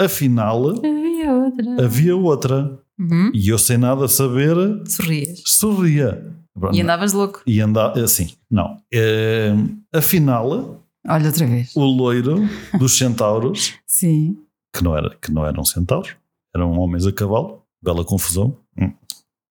[SPEAKER 2] afinal,
[SPEAKER 1] Havia outra.
[SPEAKER 2] havia outra.
[SPEAKER 1] Uhum.
[SPEAKER 2] E eu sem nada saber,
[SPEAKER 1] Sorrias.
[SPEAKER 2] sorria. Pronto,
[SPEAKER 1] E andavas louco.
[SPEAKER 2] E andava assim, não. Hum, afinal,
[SPEAKER 1] Olha outra vez.
[SPEAKER 2] o loiro dos centauros
[SPEAKER 1] Sim.
[SPEAKER 2] que não, era, que não eram centauros, eram homens a cavalo, bela confusão, Hum.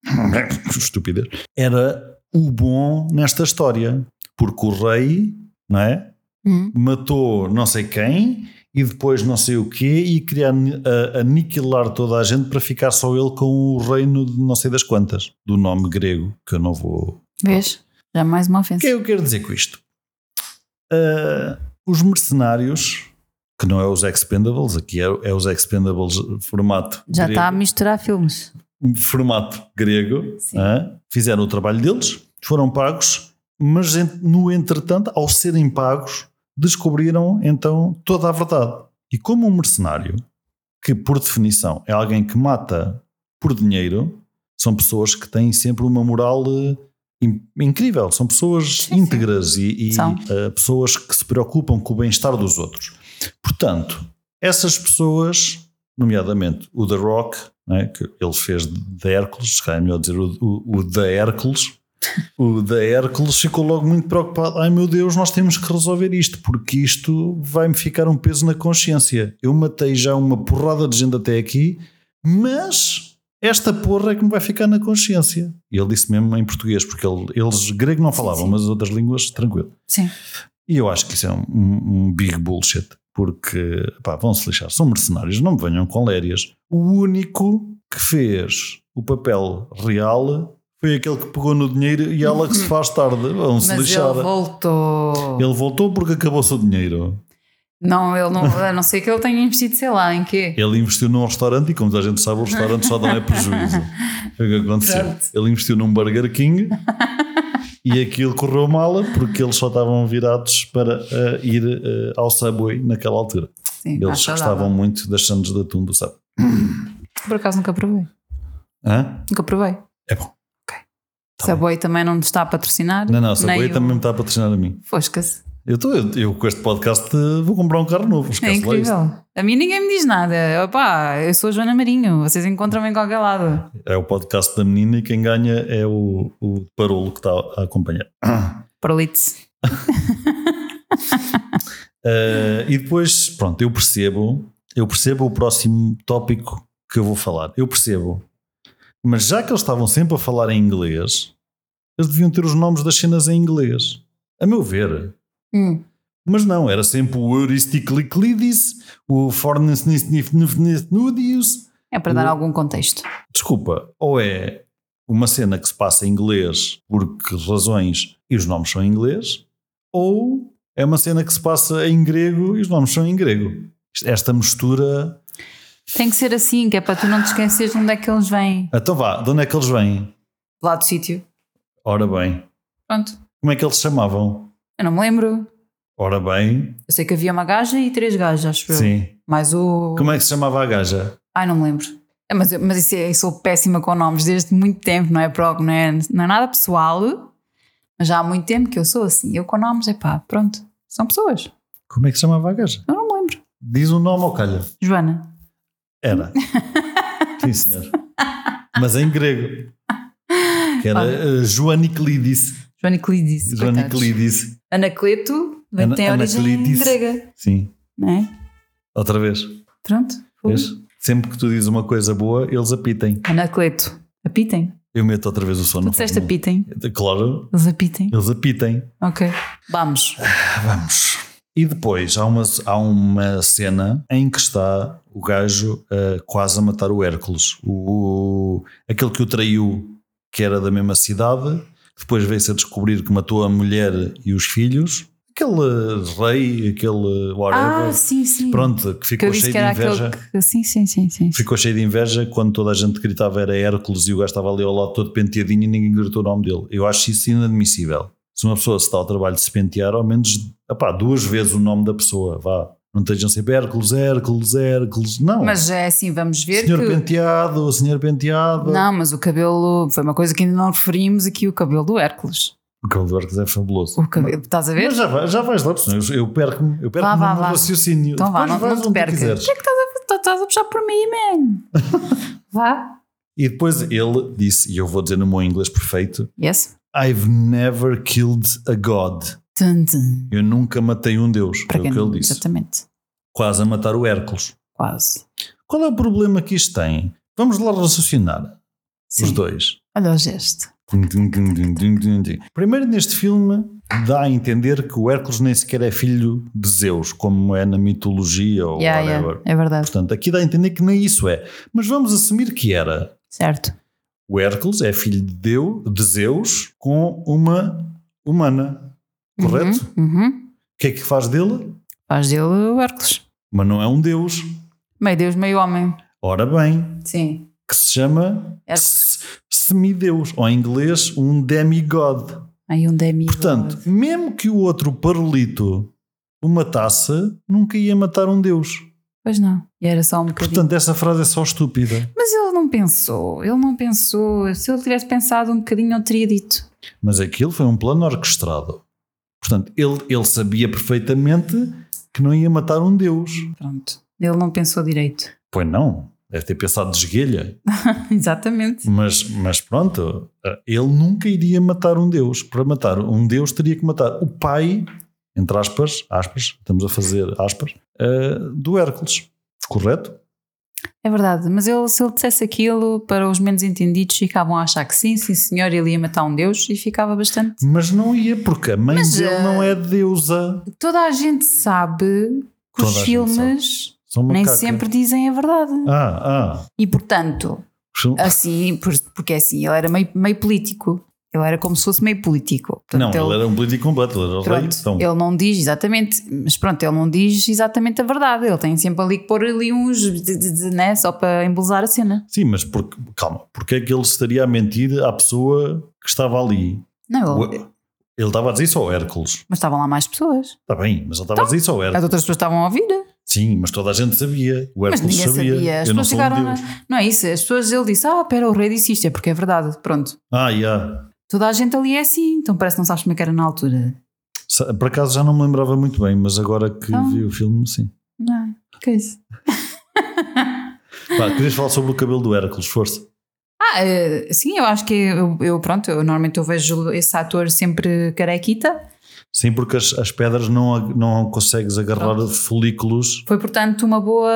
[SPEAKER 2] estupidez. Era o bom nesta história, porque o rei não é,
[SPEAKER 1] Hum.
[SPEAKER 2] matou não sei quem e depois não sei o quê e queria ani- a- aniquilar toda a gente para ficar só ele com o reino de não sei das quantas, do nome grego, que eu não vou
[SPEAKER 1] Vês? Já mais uma
[SPEAKER 2] o que
[SPEAKER 1] ofensa.
[SPEAKER 2] é que eu quero dizer com isto? Ah, os mercenários, que não é os Expendables, aqui é, é os Expendables formato,
[SPEAKER 1] Já tá.
[SPEAKER 2] grego,
[SPEAKER 1] está a misturar filmes.
[SPEAKER 2] formato grego,
[SPEAKER 1] Sim.
[SPEAKER 2] ah, fizeram o trabalho deles, foram pagos, mas en- no entretanto, ao serem pagos, descobriram então toda a verdade. E como um mercenário, que por definição é alguém que mata por dinheiro, são pessoas que têm sempre uma moral eh, in- incrível, são pessoas
[SPEAKER 1] Sim, sim.
[SPEAKER 2] íntegras e, e,
[SPEAKER 1] São.
[SPEAKER 2] eh, pessoas que se preocupam com o bem-estar dos outros. Portanto, essas pessoas, nomeadamente o The Rock, né, que ele fez de Hércules, se calhar é melhor dizer o, o, o da Hércules, o da Hércules ficou logo muito preocupado. Ai meu Deus, nós temos que resolver isto, porque isto vai-me ficar um peso na consciência. Eu matei já uma porrada de gente até aqui, mas esta porra é que me vai ficar na consciência. E ele disse mesmo em português, porque ele- eles grego não falavam,
[SPEAKER 1] sim.
[SPEAKER 2] mas as outras línguas, tranquilo.
[SPEAKER 1] Sim.
[SPEAKER 2] E eu acho que isso é um, um- um big bullshit, porque pá, vão-se lixar, são mercenários, não me venham com lérias. O único que fez o papel real foi aquele que pegou no dinheiro e ela que se faz tarde, vão-se
[SPEAKER 1] Mas
[SPEAKER 2] lixar.
[SPEAKER 1] ele voltou.
[SPEAKER 2] Ele voltou porque acabou-se o dinheiro.
[SPEAKER 1] Não, ele não, a não ser que ele tenha investido, sei lá, em quê?
[SPEAKER 2] Ele investiu num restaurante e, como toda a gente sabe, o restaurante só dá é prejuízo. Foi o que aconteceu.
[SPEAKER 1] Pronto.
[SPEAKER 2] Ele investiu num Burger King e aquilo correu mal porque eles só estavam virados para eh, ir eh, ao Subway naquela altura.
[SPEAKER 1] Sim,
[SPEAKER 2] Eles
[SPEAKER 1] acho
[SPEAKER 2] gostavam
[SPEAKER 1] saudável.
[SPEAKER 2] muito das sandes de atum do Subway.
[SPEAKER 1] Por acaso nunca provei.
[SPEAKER 2] Hã?
[SPEAKER 1] Nunca provei.
[SPEAKER 2] É bom. Tá
[SPEAKER 1] Subway também não nos está a patrocinar.
[SPEAKER 2] Não, não, o
[SPEAKER 1] nem
[SPEAKER 2] Subway
[SPEAKER 1] o-
[SPEAKER 2] também me está a patrocinar a mim.
[SPEAKER 1] Fosca-se.
[SPEAKER 2] Eu, tô, eu, eu com este podcast eh, vou comprar um carro novo.
[SPEAKER 1] É
[SPEAKER 2] esquece lá isto.
[SPEAKER 1] incrível. A mim ninguém me diz nada. Opá, eu sou a Joana Marinho. Vocês encontram-me em qualquer lado.
[SPEAKER 2] É o podcast da menina e quem ganha é o, o parolo que está a acompanhar.
[SPEAKER 1] Paralite.
[SPEAKER 2] Uh, e depois, pronto, eu percebo, eu percebo o próximo tópico que eu vou falar. Eu percebo. Mas já que eles estavam sempre a falar em inglês, eles deviam ter os nomes das cenas em inglês. A meu ver.
[SPEAKER 1] Hum.
[SPEAKER 2] Mas não, era sempre o Eurysticliclidis, o Fornesnisnifnifnudius.
[SPEAKER 1] É para dar
[SPEAKER 2] Eu-
[SPEAKER 1] algum contexto.
[SPEAKER 2] Desculpa, ou é uma cena que se passa em inglês porque razões e os nomes são em inglês, ou é uma cena que se passa em grego e os nomes são em grego. Esta mistura.
[SPEAKER 1] Tem que ser assim, que é para tu não te esqueceres de onde é que eles vêm.
[SPEAKER 2] Então vá, de onde é que eles vêm?
[SPEAKER 1] Lá do sítio.
[SPEAKER 2] Ora bem.
[SPEAKER 1] Pronto.
[SPEAKER 2] Como é que eles se chamavam?
[SPEAKER 1] Eu não me lembro.
[SPEAKER 2] Ora bem.
[SPEAKER 1] Eu sei que havia uma gaja e três gajas, acho eu.
[SPEAKER 2] Sim.
[SPEAKER 1] Mais o.
[SPEAKER 2] Como é que se chamava a gaja?
[SPEAKER 1] Ai, não me lembro. É, Mas, eu- mas isso é, eu sou péssima com nomes desde muito tempo, não é, pro, não é? Não é nada pessoal, mas já há muito tempo que eu sou assim. Eu com nomes, é pá, pronto. São pessoas.
[SPEAKER 2] Como é que se chamava a gaja?
[SPEAKER 1] Eu não me lembro.
[SPEAKER 2] Diz o nome ao calha.
[SPEAKER 1] Joana.
[SPEAKER 2] Era. Sim, senhor. Mas em grego. Que era uh, Joaniclidis.
[SPEAKER 1] Joana Euclides. coitados.
[SPEAKER 2] Joaniclidis.
[SPEAKER 1] Anacleto vem,
[SPEAKER 2] Ana-
[SPEAKER 1] tem origem
[SPEAKER 2] Anaclides.
[SPEAKER 1] grega,
[SPEAKER 2] Sim.
[SPEAKER 1] não é?
[SPEAKER 2] Outra vez.
[SPEAKER 1] Pronto.
[SPEAKER 2] Vês? Sempre que tu dizes uma coisa boa, eles apitem.
[SPEAKER 1] Anacleto. Apitem.
[SPEAKER 2] Eu meto outra vez o sono.
[SPEAKER 1] Tu disseste apitem.
[SPEAKER 2] Claro,
[SPEAKER 1] Eles apitem.
[SPEAKER 2] eles apitem.
[SPEAKER 1] Ok. Vamos.
[SPEAKER 2] Vamos. E depois há uma, há uma cena em que está o gajo eh, quase a matar o Hércules. O, aquele que o traiu, que era da mesma cidade, depois veio-se a descobrir que matou a mulher e os filhos. Aquele rei, aquele whatever.
[SPEAKER 1] Ah, sim, sim.
[SPEAKER 2] Pronto, que
[SPEAKER 1] que
[SPEAKER 2] ficou
[SPEAKER 1] eu disse
[SPEAKER 2] cheio
[SPEAKER 1] que
[SPEAKER 2] de
[SPEAKER 1] era
[SPEAKER 2] inveja.
[SPEAKER 1] aquele que. Sim, sim, sim. sim.
[SPEAKER 2] Ficou cheio de inveja quando toda a gente gritava era Hércules e o gajo estava ali ao lado todo penteadinho e ninguém gritou o nome dele. Eu acho isso inadmissível. Se uma pessoa se dá ao trabalho de se pentear, ao menos epá, duas vezes o nome da pessoa, vá. Não estejam sempre Hércules, Hércules, Hércules. Não.
[SPEAKER 1] Mas é assim, vamos ver
[SPEAKER 2] senhor
[SPEAKER 1] que.
[SPEAKER 2] penteado, senhor penteado.
[SPEAKER 1] Não, mas o cabelo foi uma coisa que ainda não referimos aqui, o cabelo do Hércules.
[SPEAKER 2] O cabelo do Hércules é fabuloso.
[SPEAKER 1] O cabelo, estás a ver?
[SPEAKER 2] Mas já, vai- já vais lá, porque senão eu eu perco-me. Eu perco
[SPEAKER 1] Vá, vá,
[SPEAKER 2] no
[SPEAKER 1] vá.
[SPEAKER 2] raciocínio.
[SPEAKER 1] Então vá, não, não
[SPEAKER 2] Depois vais
[SPEAKER 1] te
[SPEAKER 2] onde tu
[SPEAKER 1] percas.
[SPEAKER 2] quiseres.
[SPEAKER 1] O que é que estás a, tá- estás a puxar por mim, man? Vá.
[SPEAKER 2] E depois ele disse, e eu vou dizer no meu inglês perfeito:
[SPEAKER 1] Yes.
[SPEAKER 2] I've never killed a god.
[SPEAKER 1] Tum, tum.
[SPEAKER 2] Eu nunca matei um deus,
[SPEAKER 1] Para
[SPEAKER 2] foi o
[SPEAKER 1] quem
[SPEAKER 2] que
[SPEAKER 1] não-
[SPEAKER 2] ele disse.
[SPEAKER 1] Exatamente.
[SPEAKER 2] Quase a matar o Hércules.
[SPEAKER 1] Quase.
[SPEAKER 2] Qual é o problema que isto tem? Vamos lá raciocinar, os
[SPEAKER 1] Sim.
[SPEAKER 2] dois.
[SPEAKER 1] Olha o gesto.
[SPEAKER 2] Dum, dum, dum, dum, dum, dum, dum. Primeiro, neste filme, dá a entender que o Hércules nem sequer é filho de Zeus, como é na mitologia ou
[SPEAKER 1] Yeah,
[SPEAKER 2] whatever.
[SPEAKER 1] yeah, é verdade.
[SPEAKER 2] Portanto, aqui dá a entender que nem isso é. Mas vamos assumir que era.
[SPEAKER 1] Certo.
[SPEAKER 2] O Hércules é filho de, Deu- de Zeus com uma humana. Correto?
[SPEAKER 1] Uhum, uhum.
[SPEAKER 2] O que é que faz dele?
[SPEAKER 1] Faz dele o Hércules.
[SPEAKER 2] Mas não é um deus.
[SPEAKER 1] Meio Deus, meio homem.
[SPEAKER 2] Ora bem,
[SPEAKER 1] Sim.
[SPEAKER 2] que se chama
[SPEAKER 1] Hércules.
[SPEAKER 2] se- semideus, ou em inglês um demigod.
[SPEAKER 1] Aí um demi.
[SPEAKER 2] Portanto, mesmo que o outro paralito o matasse, nunca ia matar um deus.
[SPEAKER 1] Pois não. E era só um bocadinho.
[SPEAKER 2] Portanto, essa frase é só estúpida.
[SPEAKER 1] Mas ele não pensou, ele não pensou. Se ele tivesse pensado um bocadinho, não teria dito.
[SPEAKER 2] Mas aquilo foi um plano orquestrado. Portanto, ele, ele sabia perfeitamente que não ia matar um deus.
[SPEAKER 1] Pronto. Ele não pensou direito.
[SPEAKER 2] Pois não, deve ter pensado de esguelha.
[SPEAKER 1] Exatamente.
[SPEAKER 2] Mas, mas pronto, ele nunca iria matar um deus. Para matar um deus teria que matar o pai, entre aspas, aspas, estamos a fazer aspas, eh, do Hércules. Correto?
[SPEAKER 1] É verdade, mas ele, se ele dissesse aquilo para os menos entendidos, ficavam a achar que sim, sim senhor, ele ia matar um deus e ficava bastante.
[SPEAKER 2] Mas não ia, porque a mãe
[SPEAKER 1] Mas,
[SPEAKER 2] dele
[SPEAKER 1] eh,
[SPEAKER 2] não é deusa.
[SPEAKER 1] Toda a gente sabe que
[SPEAKER 2] Toda a
[SPEAKER 1] os
[SPEAKER 2] gente
[SPEAKER 1] filmes
[SPEAKER 2] São
[SPEAKER 1] nem
[SPEAKER 2] macaca.
[SPEAKER 1] sempre dizem a verdade.
[SPEAKER 2] Ah, ah.
[SPEAKER 1] E portanto,
[SPEAKER 2] São-
[SPEAKER 1] assim, por- porque assim, ele era meio, meio político. Ele era como se fosse meio político.
[SPEAKER 2] não,
[SPEAKER 1] Portanto,
[SPEAKER 2] ele era um político completo, ele era o rei.
[SPEAKER 1] então, Pronto,
[SPEAKER 2] Então,
[SPEAKER 1] ele não diz exatamente, mas pronto, ele não diz exatamente a verdade. Ele tem sempre ali que pôr ali uns, de- de- de- né, só para embelezar a cena.
[SPEAKER 2] Sim, mas porque, calma, porque é que ele estaria a mentir à pessoa que estava ali?
[SPEAKER 1] Não, ele-
[SPEAKER 2] O- Ele estava a dizer isso ao Hércules.
[SPEAKER 1] mas estavam lá mais pessoas.
[SPEAKER 2] Está bem, mas
[SPEAKER 1] Então,
[SPEAKER 2] ele estava a dizer isso ao Hércules.
[SPEAKER 1] As outras pessoas estavam a ouvir,
[SPEAKER 2] Sim, mas toda a gente sabia. O
[SPEAKER 1] mas
[SPEAKER 2] Hércules
[SPEAKER 1] ninguém sabia.
[SPEAKER 2] sabia.
[SPEAKER 1] As
[SPEAKER 2] Eu não
[SPEAKER 1] pessoas
[SPEAKER 2] sou um
[SPEAKER 1] ficaram.
[SPEAKER 2] deus.
[SPEAKER 1] na- Não é isso, as pessoas ele disse: Ah, pera, o rei disse isto, é porque é verdade. Pronto,
[SPEAKER 2] Ah, já.
[SPEAKER 1] toda a gente ali é assim, então parece que não sabes como é que era na altura.
[SPEAKER 2] Sa- Por acaso já não me lembrava muito bem, mas agora que
[SPEAKER 1] Ah.
[SPEAKER 2] vi o filme, sim.
[SPEAKER 1] Não, que é isso?
[SPEAKER 2] Pá, querias falar sobre o cabelo do Hércules, força.
[SPEAKER 1] Ah, eh, sim, eu acho que eu, eu, pronto, eu normalmente eu vejo esse ator sempre carequita.
[SPEAKER 2] Sim, porque as, as pedras não, a- não consegues agarrar folículos.
[SPEAKER 1] Foi, portanto, uma boa.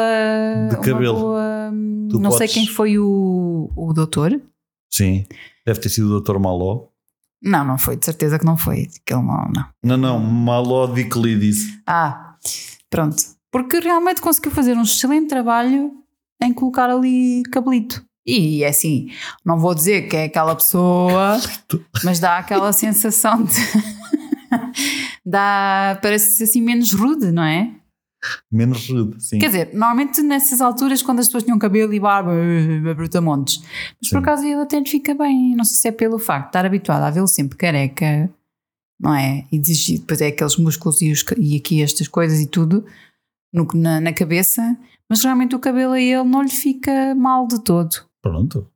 [SPEAKER 2] De
[SPEAKER 1] uma
[SPEAKER 2] cabelo.
[SPEAKER 1] boa-
[SPEAKER 2] Tu
[SPEAKER 1] não sei
[SPEAKER 2] podes-
[SPEAKER 1] quem foi o, o doutor.
[SPEAKER 2] Sim, deve ter sido o Dr. Maló.
[SPEAKER 1] Não, não foi, de certeza que não foi. Que ele não, não.
[SPEAKER 2] Não, não, Maló Diclidis.
[SPEAKER 1] Ah, pronto. Porque realmente conseguiu fazer um excelente trabalho em colocar ali cabelito. E é assim, não vou dizer que é aquela pessoa, mas dá aquela sensação de. dá. parece assim menos rude, não é?
[SPEAKER 2] Menos rude, sim.
[SPEAKER 1] Quer dizer, normalmente nessas alturas, quando as pessoas tinham cabelo e barba, eh, brutamontes. Mas por
[SPEAKER 2] Sim.
[SPEAKER 1] acaso ele até lhe fica bem. Não sei se é pelo facto de estar habituado a vê-lo sempre careca, não é? E de- depois é aqueles músculos e, os ca- e aqui estas coisas e tudo no- na, na cabeça. Mas realmente o cabelo a ele não lhe fica mal de todo.
[SPEAKER 2] Pronto.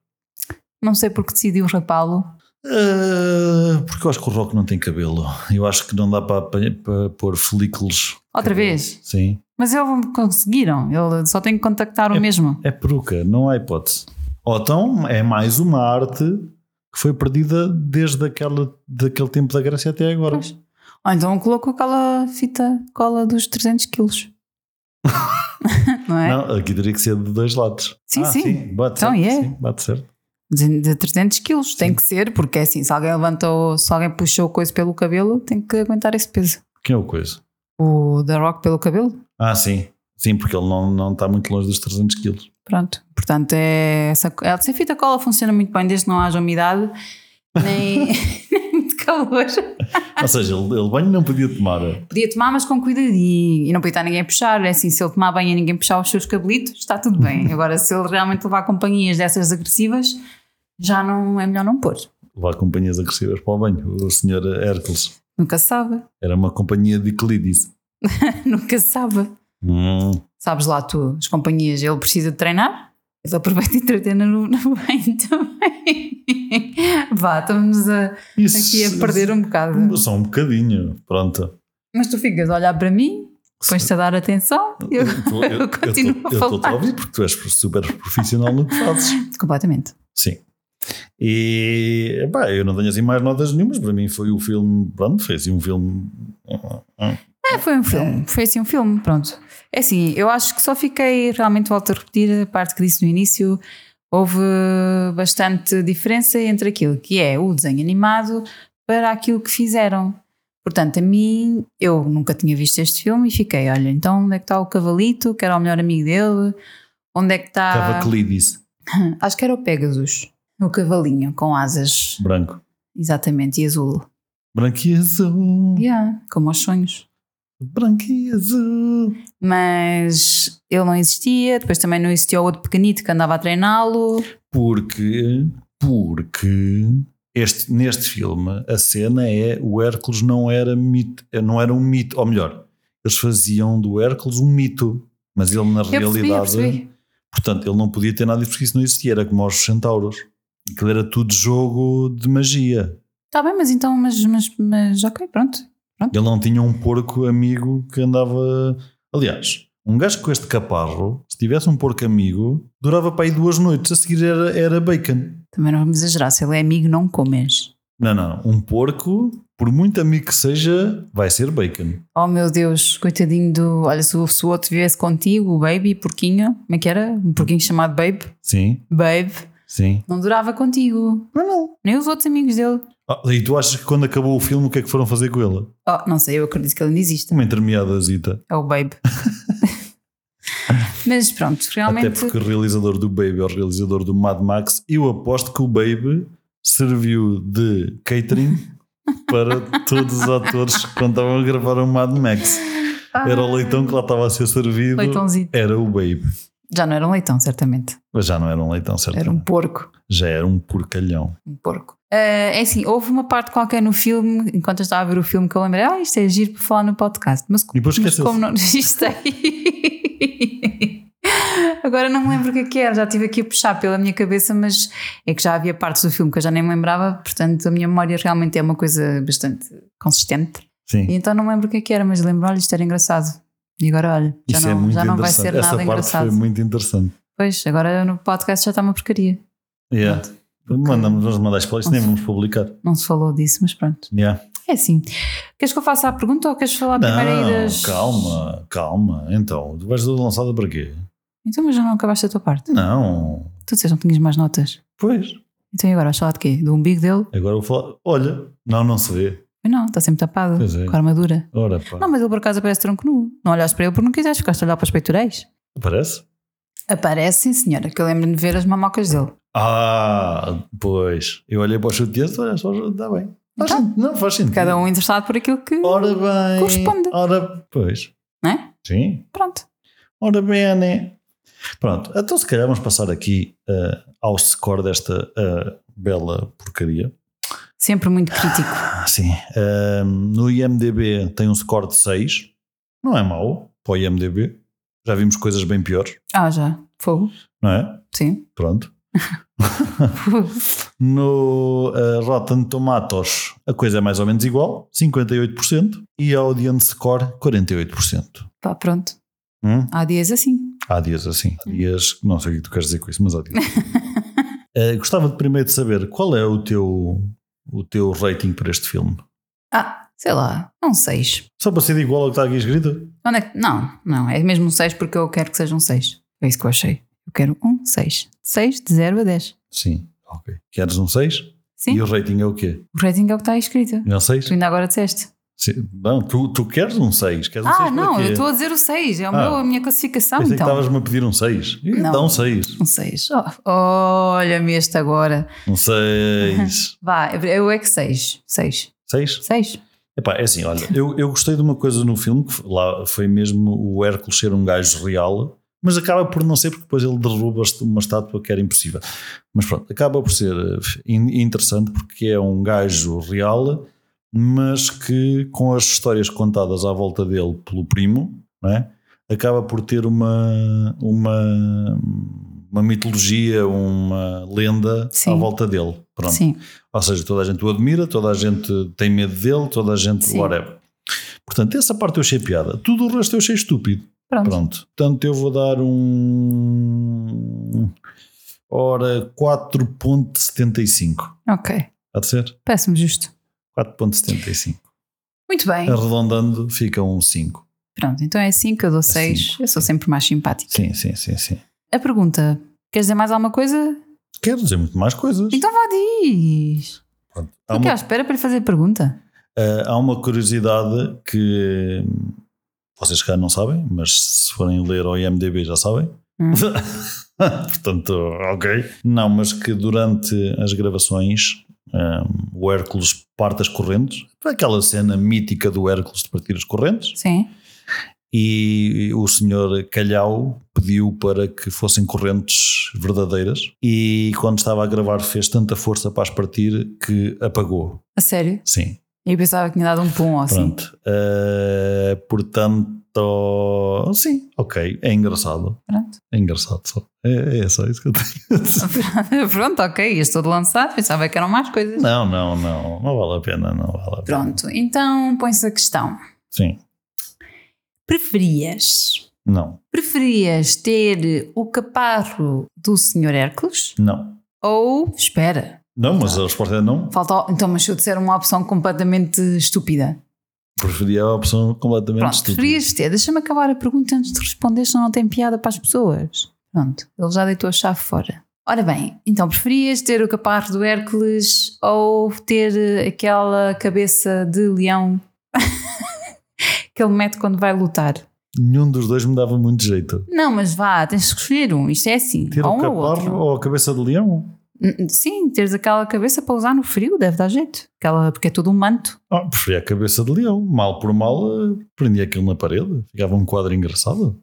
[SPEAKER 1] Não sei porque decidiu rapá-lo.
[SPEAKER 2] Ah, porque eu acho que o Rock não tem cabelo. Eu acho que não dá para, apanhar- para pôr folículos.
[SPEAKER 1] Outra vez.
[SPEAKER 2] Sim.
[SPEAKER 1] Mas ele conseguiram. Ele só tem que contactar o mesmo.
[SPEAKER 2] É peruca, não há hipótese. Ou então é mais uma arte que foi perdida desde aquela, daquele tempo da Grécia até agora.
[SPEAKER 1] Pois. Ou então colocou aquela fita cola dos 300 quilos. não é?
[SPEAKER 2] Não, aqui teria que ser de dois lados. Ah,
[SPEAKER 1] Sim, sim.
[SPEAKER 2] Bate
[SPEAKER 1] Então,
[SPEAKER 2] certo.
[SPEAKER 1] é.
[SPEAKER 2] sim, bate certo.
[SPEAKER 1] de, de 300 quilos, tem que ser, porque é assim, se alguém levantou, se alguém puxou coisa pelo cabelo, tem que aguentar esse peso.
[SPEAKER 2] Quem é o coisa?
[SPEAKER 1] O The Rock pelo cabelo,
[SPEAKER 2] Ah, sim. Sim, porque ele não, não está muito longe dos 300 quilos. Pronto.
[SPEAKER 1] portanto, é essa, essa fita cola funciona muito bem desde que não haja umidade, nem, nem muito calor. Ah,
[SPEAKER 2] Ou seja, ele, ele banho não podia tomar.
[SPEAKER 1] Podia tomar, mas com cuidadinho. E não podia estar ninguém a puxar. É assim, se ele tomar bem e ninguém puxar os seus cabelitos, está tudo bem. Agora, se ele realmente levar companhias dessas agressivas, já não é melhor não pôr.
[SPEAKER 2] Levar companhias agressivas para o banho. O senhor Hércules
[SPEAKER 1] Nunca se sabe.
[SPEAKER 2] era uma companhia de Clidis.
[SPEAKER 1] Nunca se sabe.
[SPEAKER 2] Hum.
[SPEAKER 1] Sabes lá tu, as companhias, ele precisa de treinar? Ele aproveita e treina no, no bem também. Vá, estamos a- aqui a perder um bocado.
[SPEAKER 2] Só um bocadinho. Pronto.
[SPEAKER 1] Mas tu ficas a olhar para mim, pões-te a dar atenção e eu,
[SPEAKER 2] tô-
[SPEAKER 1] eu continuo
[SPEAKER 2] tô-
[SPEAKER 1] a
[SPEAKER 2] eu tô-te a
[SPEAKER 1] falar.
[SPEAKER 2] ouvir porque tu és super profissional no que fazes.
[SPEAKER 1] Completamente.
[SPEAKER 2] Sim. E epá, eu não tenho assim mais notas nenhumas. Para mim foi o filme. Pronto, foi assim um filme.
[SPEAKER 1] É, foi um filme, foi assim um filme, pronto. É assim, eu acho que só fiquei, realmente volto a repetir a parte que disse no início, houve bastante diferença entre aquilo que é o desenho animado para aquilo que fizeram. Portanto, a mim, eu nunca tinha visto este filme e fiquei, olha, então onde é que está o cavalito, que era o melhor amigo dele? Onde é que está... Ah,
[SPEAKER 2] Cavaclidis,
[SPEAKER 1] Acho que era o Pegasus, o cavalinho com asas,
[SPEAKER 2] branco.
[SPEAKER 1] exatamente, e azul.
[SPEAKER 2] Branco e azul.
[SPEAKER 1] Yeah, como aos sonhos.
[SPEAKER 2] Branco e azul.
[SPEAKER 1] mas ele não existia. Depois também não existia o outro pequenito que andava a treiná-lo.
[SPEAKER 2] Porque, porque este, neste filme a cena é o Hércules não era mito, não era um mito, ou melhor, eles faziam do Hércules um mito, mas ele na
[SPEAKER 1] Eu percebi, eu
[SPEAKER 2] realidade,
[SPEAKER 1] percebi.
[SPEAKER 2] portanto, ele não podia ter nada disso porque isso não existia, era como aos centauros. Aquilo era tudo jogo de magia.
[SPEAKER 1] Está bem, mas então, mas, mas, mas ok, pronto.
[SPEAKER 2] Ele não tinha um porco amigo que andava. Aliás, um gajo com este caparro, se tivesse um porco amigo, durava para aí duas noites, a seguir era, era bacon.
[SPEAKER 1] Também não vamos exagerar. Se ele é amigo, não comes.
[SPEAKER 2] Não, não. Um porco, por muito amigo que seja, vai ser bacon.
[SPEAKER 1] Oh meu Deus, coitadinho do. Olha, se o, se o outro viesse contigo, o baby, porquinho, como é que era? Um porquinho chamado Babe.
[SPEAKER 2] Sim,
[SPEAKER 1] Babe,
[SPEAKER 2] sim.
[SPEAKER 1] não durava contigo.
[SPEAKER 2] Mas não.
[SPEAKER 1] Nem os outros amigos dele.
[SPEAKER 2] Ah, e tu achas que quando acabou o filme, o que é que foram fazer com ele?
[SPEAKER 1] Oh, não sei, eu acredito que ele ainda existe.
[SPEAKER 2] Uma intermeadazita.
[SPEAKER 1] É o Babe. mas pronto, realmente.
[SPEAKER 2] Até porque o realizador do Baby é o realizador do Mad Max. Eu aposto que o Baby serviu de catering para todos os atores que quando estavam a gravar o Mad Max. Era o leitão que lá estava a ser servido.
[SPEAKER 1] ah, Leitãozinho.
[SPEAKER 2] Era o Baby.
[SPEAKER 1] Já não era um leitão, certamente.
[SPEAKER 2] Mas já não era um leitão, certo?
[SPEAKER 1] Era um porco.
[SPEAKER 2] Já era um porcalhão.
[SPEAKER 1] Um porco. Ah, é assim, houve uma parte qualquer no filme, enquanto eu estava a ver o filme, que eu lembrei, ah, isto é giro para falar no podcast. Mas,
[SPEAKER 2] E depois
[SPEAKER 1] mas
[SPEAKER 2] esqueceu-se.
[SPEAKER 1] como não registrei. Agora não me lembro o que é que era, já estive aqui a puxar pela minha cabeça, mas é que já havia partes do filme que eu já nem me lembrava, portanto a minha memória realmente é uma coisa bastante consistente.
[SPEAKER 2] Sim.
[SPEAKER 1] E então não me lembro o que é que era, mas lembro, olha, isto era engraçado. E agora, olha, já
[SPEAKER 2] Isso
[SPEAKER 1] não,
[SPEAKER 2] é muito
[SPEAKER 1] já não vai
[SPEAKER 2] interessante.
[SPEAKER 1] ser
[SPEAKER 2] Essa
[SPEAKER 1] nada
[SPEAKER 2] parte
[SPEAKER 1] engraçado.
[SPEAKER 2] foi muito interessante.
[SPEAKER 1] Pois, agora no podcast já está uma porcaria.
[SPEAKER 2] Yeah. Mandamos, vamos mandar spoilers, nem vamos publicar.
[SPEAKER 1] Não se falou disso, mas pronto.
[SPEAKER 2] Yeah.
[SPEAKER 1] É assim. Queres que eu faça a pergunta ou queres falar primeiro aí
[SPEAKER 2] Não,
[SPEAKER 1] das.
[SPEAKER 2] calma, calma. Então, tu vais toda lançada para quê?
[SPEAKER 1] Então, mas já não acabaste a tua parte.
[SPEAKER 2] Não.
[SPEAKER 1] Tu disseste não tinhas mais notas.
[SPEAKER 2] Pois.
[SPEAKER 1] Então e agora vais falar de quê? Do umbigo dele?
[SPEAKER 2] Agora eu vou falar. Olha, não, não se vê.
[SPEAKER 1] Mas não, está sempre tapado,
[SPEAKER 2] Pois é.
[SPEAKER 1] com a armadura.
[SPEAKER 2] Ora, pá.
[SPEAKER 1] Não, mas ele por acaso aparece tronco nu. Não olhaste para ele porque não quiseste, ficaste a olhar para os peitorais.
[SPEAKER 2] Parece?
[SPEAKER 1] Aparece, sim, senhora, que eu lembro-me de ver as mamocas dele.
[SPEAKER 2] Ah, pois. Eu olhei para os chutias, olha, só está bem. Faz
[SPEAKER 1] Então.
[SPEAKER 2] sentido. não, faz sentido.
[SPEAKER 1] Cada um interessado por aquilo que.
[SPEAKER 2] Ora bem.
[SPEAKER 1] Corresponde.
[SPEAKER 2] Ora, pois.
[SPEAKER 1] Não é?
[SPEAKER 2] Sim.
[SPEAKER 1] Pronto.
[SPEAKER 2] Ora bem, né? Pronto, então se calhar vamos passar aqui eh, ao score desta eh, bela porcaria.
[SPEAKER 1] Sempre muito crítico.
[SPEAKER 2] Ah, sim. Ahm, no IMDB tem um score de 6. Não é mau para o IMDB. Já vimos coisas bem piores,
[SPEAKER 1] Ah, já. Fogo.
[SPEAKER 2] não é?
[SPEAKER 1] Sim.
[SPEAKER 2] Pronto. No eh, Rotten Tomatoes a coisa é mais ou menos igual, 58%. E a Audience Score, 48%.
[SPEAKER 1] Pá, pronto.
[SPEAKER 2] Hum?
[SPEAKER 1] Há dias assim.
[SPEAKER 2] Há dias assim, há dias, não sei o que tu queres dizer com isso, mas há dias. Eh, gostava de primeiro de saber qual é o teu, o teu rating para este filme.
[SPEAKER 1] Ah, sei lá. Não seis.
[SPEAKER 2] Só para ser igual ao que está aqui escrito?
[SPEAKER 1] Onde é que- Não, não, é mesmo um 6 porque eu quero que seja um 6. É isso que eu achei. Eu quero um 6. 6 de 0 a 10.
[SPEAKER 2] Sim. Ok. Queres um 6?
[SPEAKER 1] Sim.
[SPEAKER 2] E o rating é o quê?
[SPEAKER 1] O rating é o que está aí escrito.
[SPEAKER 2] É um 6?
[SPEAKER 1] Tu ainda agora disseste.
[SPEAKER 2] Sim. Não, tu, tu queres um 6. Queres um
[SPEAKER 1] ah,
[SPEAKER 2] 6
[SPEAKER 1] não,
[SPEAKER 2] quê?
[SPEAKER 1] eu estou a dizer o 6. É o
[SPEAKER 2] Ah.
[SPEAKER 1] meu, a minha classificação,
[SPEAKER 2] Pensei que
[SPEAKER 1] então.
[SPEAKER 2] estavas-me a pedir um 6.
[SPEAKER 1] Não.
[SPEAKER 2] Dá um 6.
[SPEAKER 1] Um 6. Oh, Olha-me este agora.
[SPEAKER 2] Um 6.
[SPEAKER 1] Vá, eu é que 6. 6.
[SPEAKER 2] 6?
[SPEAKER 1] 6.
[SPEAKER 2] Epá, é assim, olha, eu, eu gostei de uma coisa no filme, que lá foi mesmo o Hércules ser um gajo real, mas acaba por não ser, porque depois ele derruba uma estátua que era impossível. Mas pronto, acaba por ser eh, in- interessante, porque é um gajo real, mas que com as histórias contadas à volta dele pelo primo, não é? acaba por ter uma, uma, uma mitologia, uma lenda à
[SPEAKER 1] Sim.
[SPEAKER 2] volta dele. Pronto.
[SPEAKER 1] Sim.
[SPEAKER 2] Ou seja, toda a gente o admira, toda a gente tem medo dele, toda a gente
[SPEAKER 1] Sim.
[SPEAKER 2] whatever. Portanto, essa parte eu achei piada. Tudo o resto eu achei estúpido.
[SPEAKER 1] Pronto.
[SPEAKER 2] Pronto. Portanto, eu vou dar um. Ora, 4.75.
[SPEAKER 1] Ok.
[SPEAKER 2] Há de ser?
[SPEAKER 1] Parece-me justo.
[SPEAKER 2] 4.75.
[SPEAKER 1] Muito bem.
[SPEAKER 2] É. Arredondando, fica um 5.
[SPEAKER 1] Pronto, então é 5, eu dou 6.
[SPEAKER 2] cinco,
[SPEAKER 1] Eu sou
[SPEAKER 2] sim.
[SPEAKER 1] sempre mais simpática.
[SPEAKER 2] assim. Sim, sim, sim, sim.
[SPEAKER 1] A pergunta: queres dizer mais alguma coisa?
[SPEAKER 2] Quero dizer muito mais coisas.
[SPEAKER 1] Então vá, diz.
[SPEAKER 2] Pronto. Há,
[SPEAKER 1] Estou aqui à
[SPEAKER 2] É uma,
[SPEAKER 1] espera para lhe fazer pergunta.
[SPEAKER 2] eh, há uma curiosidade que hum, vocês cá não sabem, mas se forem ler ao IMDB já sabem.
[SPEAKER 1] Hum.
[SPEAKER 2] Portanto, ok. Não, mas que durante as gravações hum, o Hércules parte as correntes. É Aquela cena mítica do Hércules de partir as correntes.
[SPEAKER 1] Sim.
[SPEAKER 2] E o senhor Calhau pediu para que fossem correntes verdadeiras. E quando estava a gravar, fez tanta força para as partir que apagou.
[SPEAKER 1] A sério?
[SPEAKER 2] Sim,
[SPEAKER 1] Eu pensava que tinha dado um pum ou assim.
[SPEAKER 2] pronto. Eh, portanto, sim, ok. É engraçado.
[SPEAKER 1] Pronto.
[SPEAKER 2] É engraçado só. É, é só isso que eu tenho a dizer.
[SPEAKER 1] Pronto, ok. Estou de lançado, pensava que eram mais coisas.
[SPEAKER 2] Não, não, não. Não vale a pena, não vale a pena.
[SPEAKER 1] Pronto, então põe-se a questão.
[SPEAKER 2] Sim.
[SPEAKER 1] Preferias?
[SPEAKER 2] Não,
[SPEAKER 1] Preferias ter o caparro do Sr. Hércules
[SPEAKER 2] não.
[SPEAKER 1] ou. Espera,
[SPEAKER 2] Não, mas a resposta é não.
[SPEAKER 1] falta. Então, mas se eu disser uma opção completamente estúpida.
[SPEAKER 2] Preferia a opção completamente
[SPEAKER 1] Pronto,
[SPEAKER 2] estúpida.
[SPEAKER 1] preferias ter. Deixa-me acabar a pergunta antes de responder, senão não tem piada para as pessoas. Pronto, ele já deitou a chave fora. Ora bem, então preferias ter o caparro do Hércules ou ter eh, aquela cabeça de leão que ele mete quando vai lutar?
[SPEAKER 2] Nenhum dos dois me dava muito jeito.
[SPEAKER 1] Não, mas vá, tens de escolher um. Isto é assim.
[SPEAKER 2] Ter
[SPEAKER 1] ou
[SPEAKER 2] o
[SPEAKER 1] um ou
[SPEAKER 2] caparro
[SPEAKER 1] outro.
[SPEAKER 2] ou a cabeça de leão?
[SPEAKER 1] N- Sim, teres aquela cabeça para usar no frio, deve dar jeito. Aquela, porque é todo um manto.
[SPEAKER 2] Ah, preferia a cabeça de leão. Mal por mal, eh, prendia aquilo na parede. Ficava um quadro engraçado.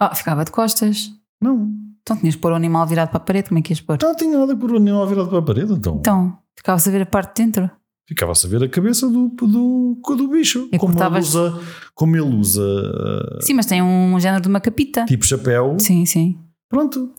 [SPEAKER 1] Oh, ficava de costas.
[SPEAKER 2] Não.
[SPEAKER 1] Então tinhas de pôr o animal virado para a parede, como é que ias pôr?
[SPEAKER 2] Não tinha nada por o leão virado para a parede, então.
[SPEAKER 1] Então, ficavas a ver a parte de dentro.
[SPEAKER 2] Ficava-se a ver a cabeça do, do, do bicho.
[SPEAKER 1] E
[SPEAKER 2] como,
[SPEAKER 1] cortavas-
[SPEAKER 2] ele usa, como ele usa eh,
[SPEAKER 1] Sim, mas tem um género de uma capita.
[SPEAKER 2] tipo chapéu.
[SPEAKER 1] Sim, sim.
[SPEAKER 2] Pronto.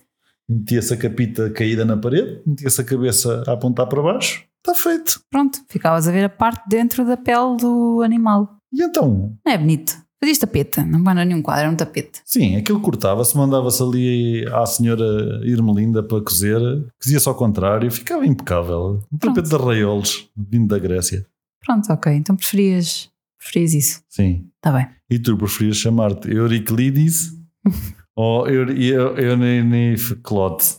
[SPEAKER 2] Metia-se a capita caída na parede, metia-se a cabeça a apontar para baixo, está feito.
[SPEAKER 1] Pronto, ficavas a ver a parte de dentro da pele do animal.
[SPEAKER 2] E então,
[SPEAKER 1] Não é bonito? Fazias tapete, não vai nenhum quadro, era um tapete.
[SPEAKER 2] sim, aquilo cortava-se, mandava-se ali à senhora Irmelinda para cozer, cozia-se ao contrário, ficava impecável. Um tapete de arraiolos, vindo da Grécia.
[SPEAKER 1] Pronto, ok. Então preferias, preferias isso.
[SPEAKER 2] Sim.
[SPEAKER 1] Está bem.
[SPEAKER 2] E tu preferias chamar-te Euriclides ou Eur- Eu- Euneniclote?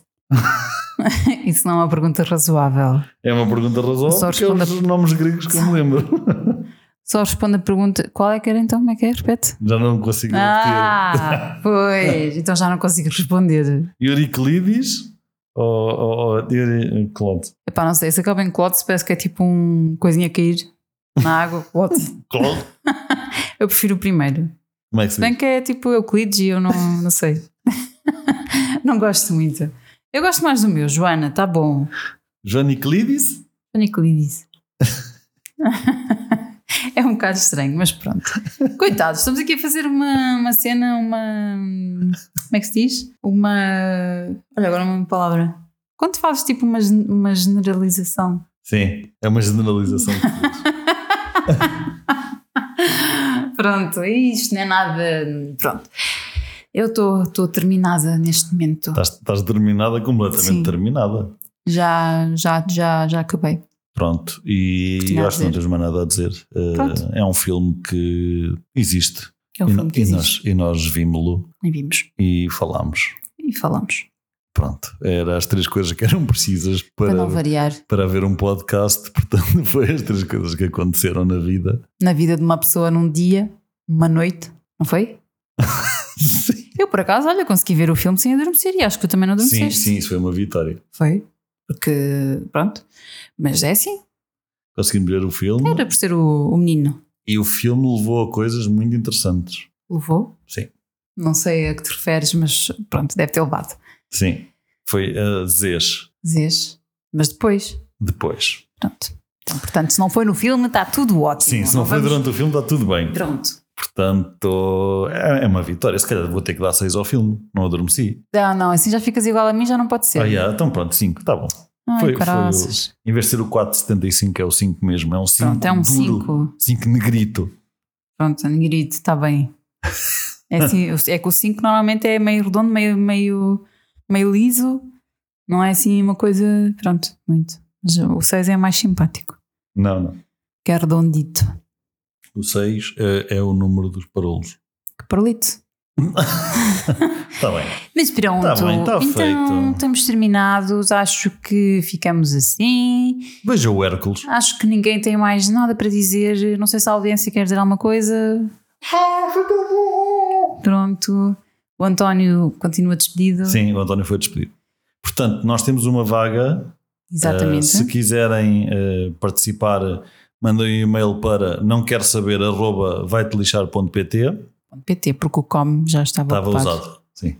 [SPEAKER 1] Isso não é uma pergunta razoável.
[SPEAKER 2] É uma pergunta razoável,
[SPEAKER 1] Só
[SPEAKER 2] porque é um
[SPEAKER 1] responda-
[SPEAKER 2] dos nomes gregos que eu me lembro.
[SPEAKER 1] Só responde a pergunta: qual é que era então? Como é que é? Repete.
[SPEAKER 2] Já não consigo repetir.
[SPEAKER 1] Ah, pois. Então já não consigo responder.
[SPEAKER 2] Euriclides ou, ou, ou Euri- Clote?
[SPEAKER 1] Epá, não sei. Se acaba em clotes, parece que é tipo um coisinha a cair na água. Clote.
[SPEAKER 2] Clote?
[SPEAKER 1] Eu prefiro o primeiro.
[SPEAKER 2] Como é que
[SPEAKER 1] Se
[SPEAKER 2] se
[SPEAKER 1] bem
[SPEAKER 2] diz?
[SPEAKER 1] que é tipo Euclides e eu não, não sei. não gosto muito. Eu gosto mais do meu, Joana, tá bom.
[SPEAKER 2] Joaniclides?
[SPEAKER 1] Joana Euclides. é um bocado estranho, mas pronto. Coitados, estamos aqui a fazer uma, uma cena, uma. Como é que se diz? Uma. Olha, agora uma palavra. Quando fazes tipo uma, gen- uma generalização.
[SPEAKER 2] Sim, é uma generalização. que se diz.
[SPEAKER 1] Pronto, isto não é nada. Pronto. Eu estou terminada neste momento.
[SPEAKER 2] estás, estás terminada, completamente
[SPEAKER 1] Sim.
[SPEAKER 2] terminada.
[SPEAKER 1] Já, já, já, já acabei.
[SPEAKER 2] Pronto, e
[SPEAKER 1] Tinha
[SPEAKER 2] eu
[SPEAKER 1] a
[SPEAKER 2] acho que não
[SPEAKER 1] dizer.
[SPEAKER 2] tens mais nada a dizer. Uh,
[SPEAKER 1] Pronto.
[SPEAKER 2] é um filme que existe.
[SPEAKER 1] É o
[SPEAKER 2] e,
[SPEAKER 1] filme
[SPEAKER 2] no-
[SPEAKER 1] que
[SPEAKER 2] e
[SPEAKER 1] existe.
[SPEAKER 2] nós, e nós vimos-lo
[SPEAKER 1] E vimos.
[SPEAKER 2] e falámos.
[SPEAKER 1] E falamos.
[SPEAKER 2] Pronto, eram as três coisas que eram precisas
[SPEAKER 1] para
[SPEAKER 2] para,
[SPEAKER 1] não variar.
[SPEAKER 2] para haver um podcast. Portanto, foi as três coisas que aconteceram na vida.
[SPEAKER 1] Na vida de uma pessoa num dia, uma noite, não foi?
[SPEAKER 2] Sim,
[SPEAKER 1] Eu, por acaso, olha, consegui ver o filme sem adormecer e acho que tu também não
[SPEAKER 2] sim,
[SPEAKER 1] adormeceste.
[SPEAKER 2] sim, isso foi uma vitória.
[SPEAKER 1] Foi. Porque, pronto. Mas é assim.
[SPEAKER 2] Conseguimos ver o filme
[SPEAKER 1] Era por ser o, o menino.
[SPEAKER 2] e o filme levou a coisas muito interessantes.
[SPEAKER 1] Levou?
[SPEAKER 2] Sim.
[SPEAKER 1] Não sei a que te referes, mas pronto, deve ter levado.
[SPEAKER 2] Sim, foi a Zez
[SPEAKER 1] Zês. Mas depois,
[SPEAKER 2] depois.
[SPEAKER 1] pronto. Então, portanto, se não foi no filme, está tudo ótimo.
[SPEAKER 2] Sim, se não foi
[SPEAKER 1] vamos-
[SPEAKER 2] durante o filme, está tudo bem.
[SPEAKER 1] Pronto.
[SPEAKER 2] Portanto, é é uma vitória. Se calhar vou ter que dar seis ao filme. Não adormeci.
[SPEAKER 1] Não, não, assim já ficas igual a mim, já não pode ser.
[SPEAKER 2] Ah, yeah, então pronto, cinco, está bom.
[SPEAKER 1] Ai,
[SPEAKER 2] Foi- foi o-
[SPEAKER 1] caraças.
[SPEAKER 2] Em vez de ser o 4,75, é o 5 mesmo. É um 5
[SPEAKER 1] Pronto, é um
[SPEAKER 2] duro.
[SPEAKER 1] 5.
[SPEAKER 2] 5 negrito.
[SPEAKER 1] Pronto, Ingrid, está bem. É, assim, é que o 5 normalmente é meio redondo, meio, meio, meio liso. Não é assim uma coisa. Pronto, muito. Mas o 6 é mais simpático,
[SPEAKER 2] Não, não.
[SPEAKER 1] que é redondito.
[SPEAKER 2] O 6 é, é o número dos parolos.
[SPEAKER 1] Que parolito.
[SPEAKER 2] Está bem.
[SPEAKER 1] Mas pronto,
[SPEAKER 2] Tá bem, tá
[SPEAKER 1] então
[SPEAKER 2] feito.
[SPEAKER 1] estamos terminados. Acho que ficamos assim.
[SPEAKER 2] Veja o Hércules.
[SPEAKER 1] Acho que ninguém tem mais nada para dizer. Não sei se a audiência quer dizer alguma coisa. Pronto. O António continua despedido.
[SPEAKER 2] Sim, o António foi despedido. Portanto, nós temos uma vaga. Eh,
[SPEAKER 1] Exatamente.
[SPEAKER 2] se quiserem eh, participar, mandem um e-mail para não quer saber arroba vai-te lixar.pt.
[SPEAKER 1] PT, porque o com já estava,
[SPEAKER 2] Estava
[SPEAKER 1] ocupado.
[SPEAKER 2] usado. Sim.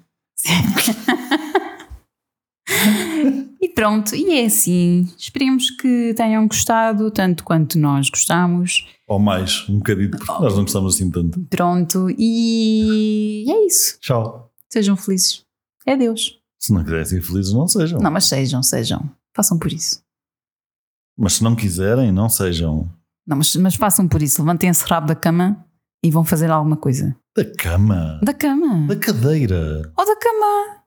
[SPEAKER 1] E pronto, e é assim. Esperemos que tenham gostado tanto quanto nós gostamos.
[SPEAKER 2] Ou mais, um bocadinho,
[SPEAKER 1] Oh.
[SPEAKER 2] porque nós não gostamos assim tanto.
[SPEAKER 1] Pronto, e é isso.
[SPEAKER 2] Tchau.
[SPEAKER 1] Sejam felizes. É Deus.
[SPEAKER 2] Se não quiserem ser felizes, não sejam.
[SPEAKER 1] Não, mas sejam, sejam. Façam por isso.
[SPEAKER 2] Mas se não quiserem, não sejam.
[SPEAKER 1] Não, mas, mas façam por isso. Levantem-se rabo da cama e vão fazer alguma coisa.
[SPEAKER 2] Da cama.
[SPEAKER 1] Da cama.
[SPEAKER 2] Da cadeira.
[SPEAKER 1] Ou da cama.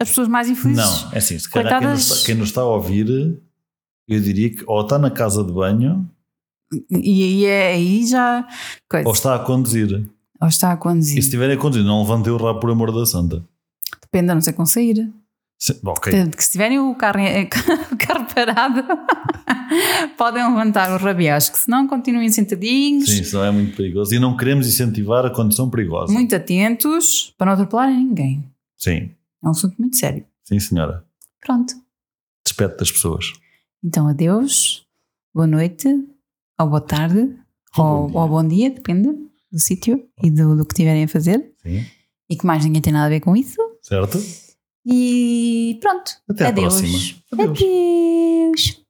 [SPEAKER 1] As pessoas mais infelizes.
[SPEAKER 2] Não, é assim, se calhar quem nos,
[SPEAKER 1] Coitadas.
[SPEAKER 2] está, quem nos está a ouvir, eu diria que ou está na casa de banho
[SPEAKER 1] E aí, é- aí já. Coisa.
[SPEAKER 2] ou está a conduzir.
[SPEAKER 1] Ou está a
[SPEAKER 2] E se
[SPEAKER 1] conduzir.
[SPEAKER 2] estiverem a conduzir, não levantem o rabo por amor da santa.
[SPEAKER 1] Depende a não ser com sair.
[SPEAKER 2] Se- bom, ok.
[SPEAKER 1] Portanto, que se tiverem o carro, em- o carro parado, podem levantar o rabiás, que se não continuem sentadinhos,
[SPEAKER 2] Sim, isso não é muito perigoso. E não queremos incentivar a condução perigosa.
[SPEAKER 1] muito atentos, para não atropelarem ninguém.
[SPEAKER 2] Sim,
[SPEAKER 1] É um assunto muito sério.
[SPEAKER 2] sim, senhora.
[SPEAKER 1] Pronto.
[SPEAKER 2] Despede das pessoas.
[SPEAKER 1] Então, adeus, boa noite, ou boa tarde,
[SPEAKER 2] Ou
[SPEAKER 1] ou,
[SPEAKER 2] bom dia.
[SPEAKER 1] ou bom dia, depende do sítio e do, do que tiverem a fazer.
[SPEAKER 2] Sim,
[SPEAKER 1] E que mais ninguém tem nada a ver com isso.
[SPEAKER 2] certo?
[SPEAKER 1] E pronto.
[SPEAKER 2] Até à
[SPEAKER 1] adeus.
[SPEAKER 2] próxima. Adeus.
[SPEAKER 1] Adeus.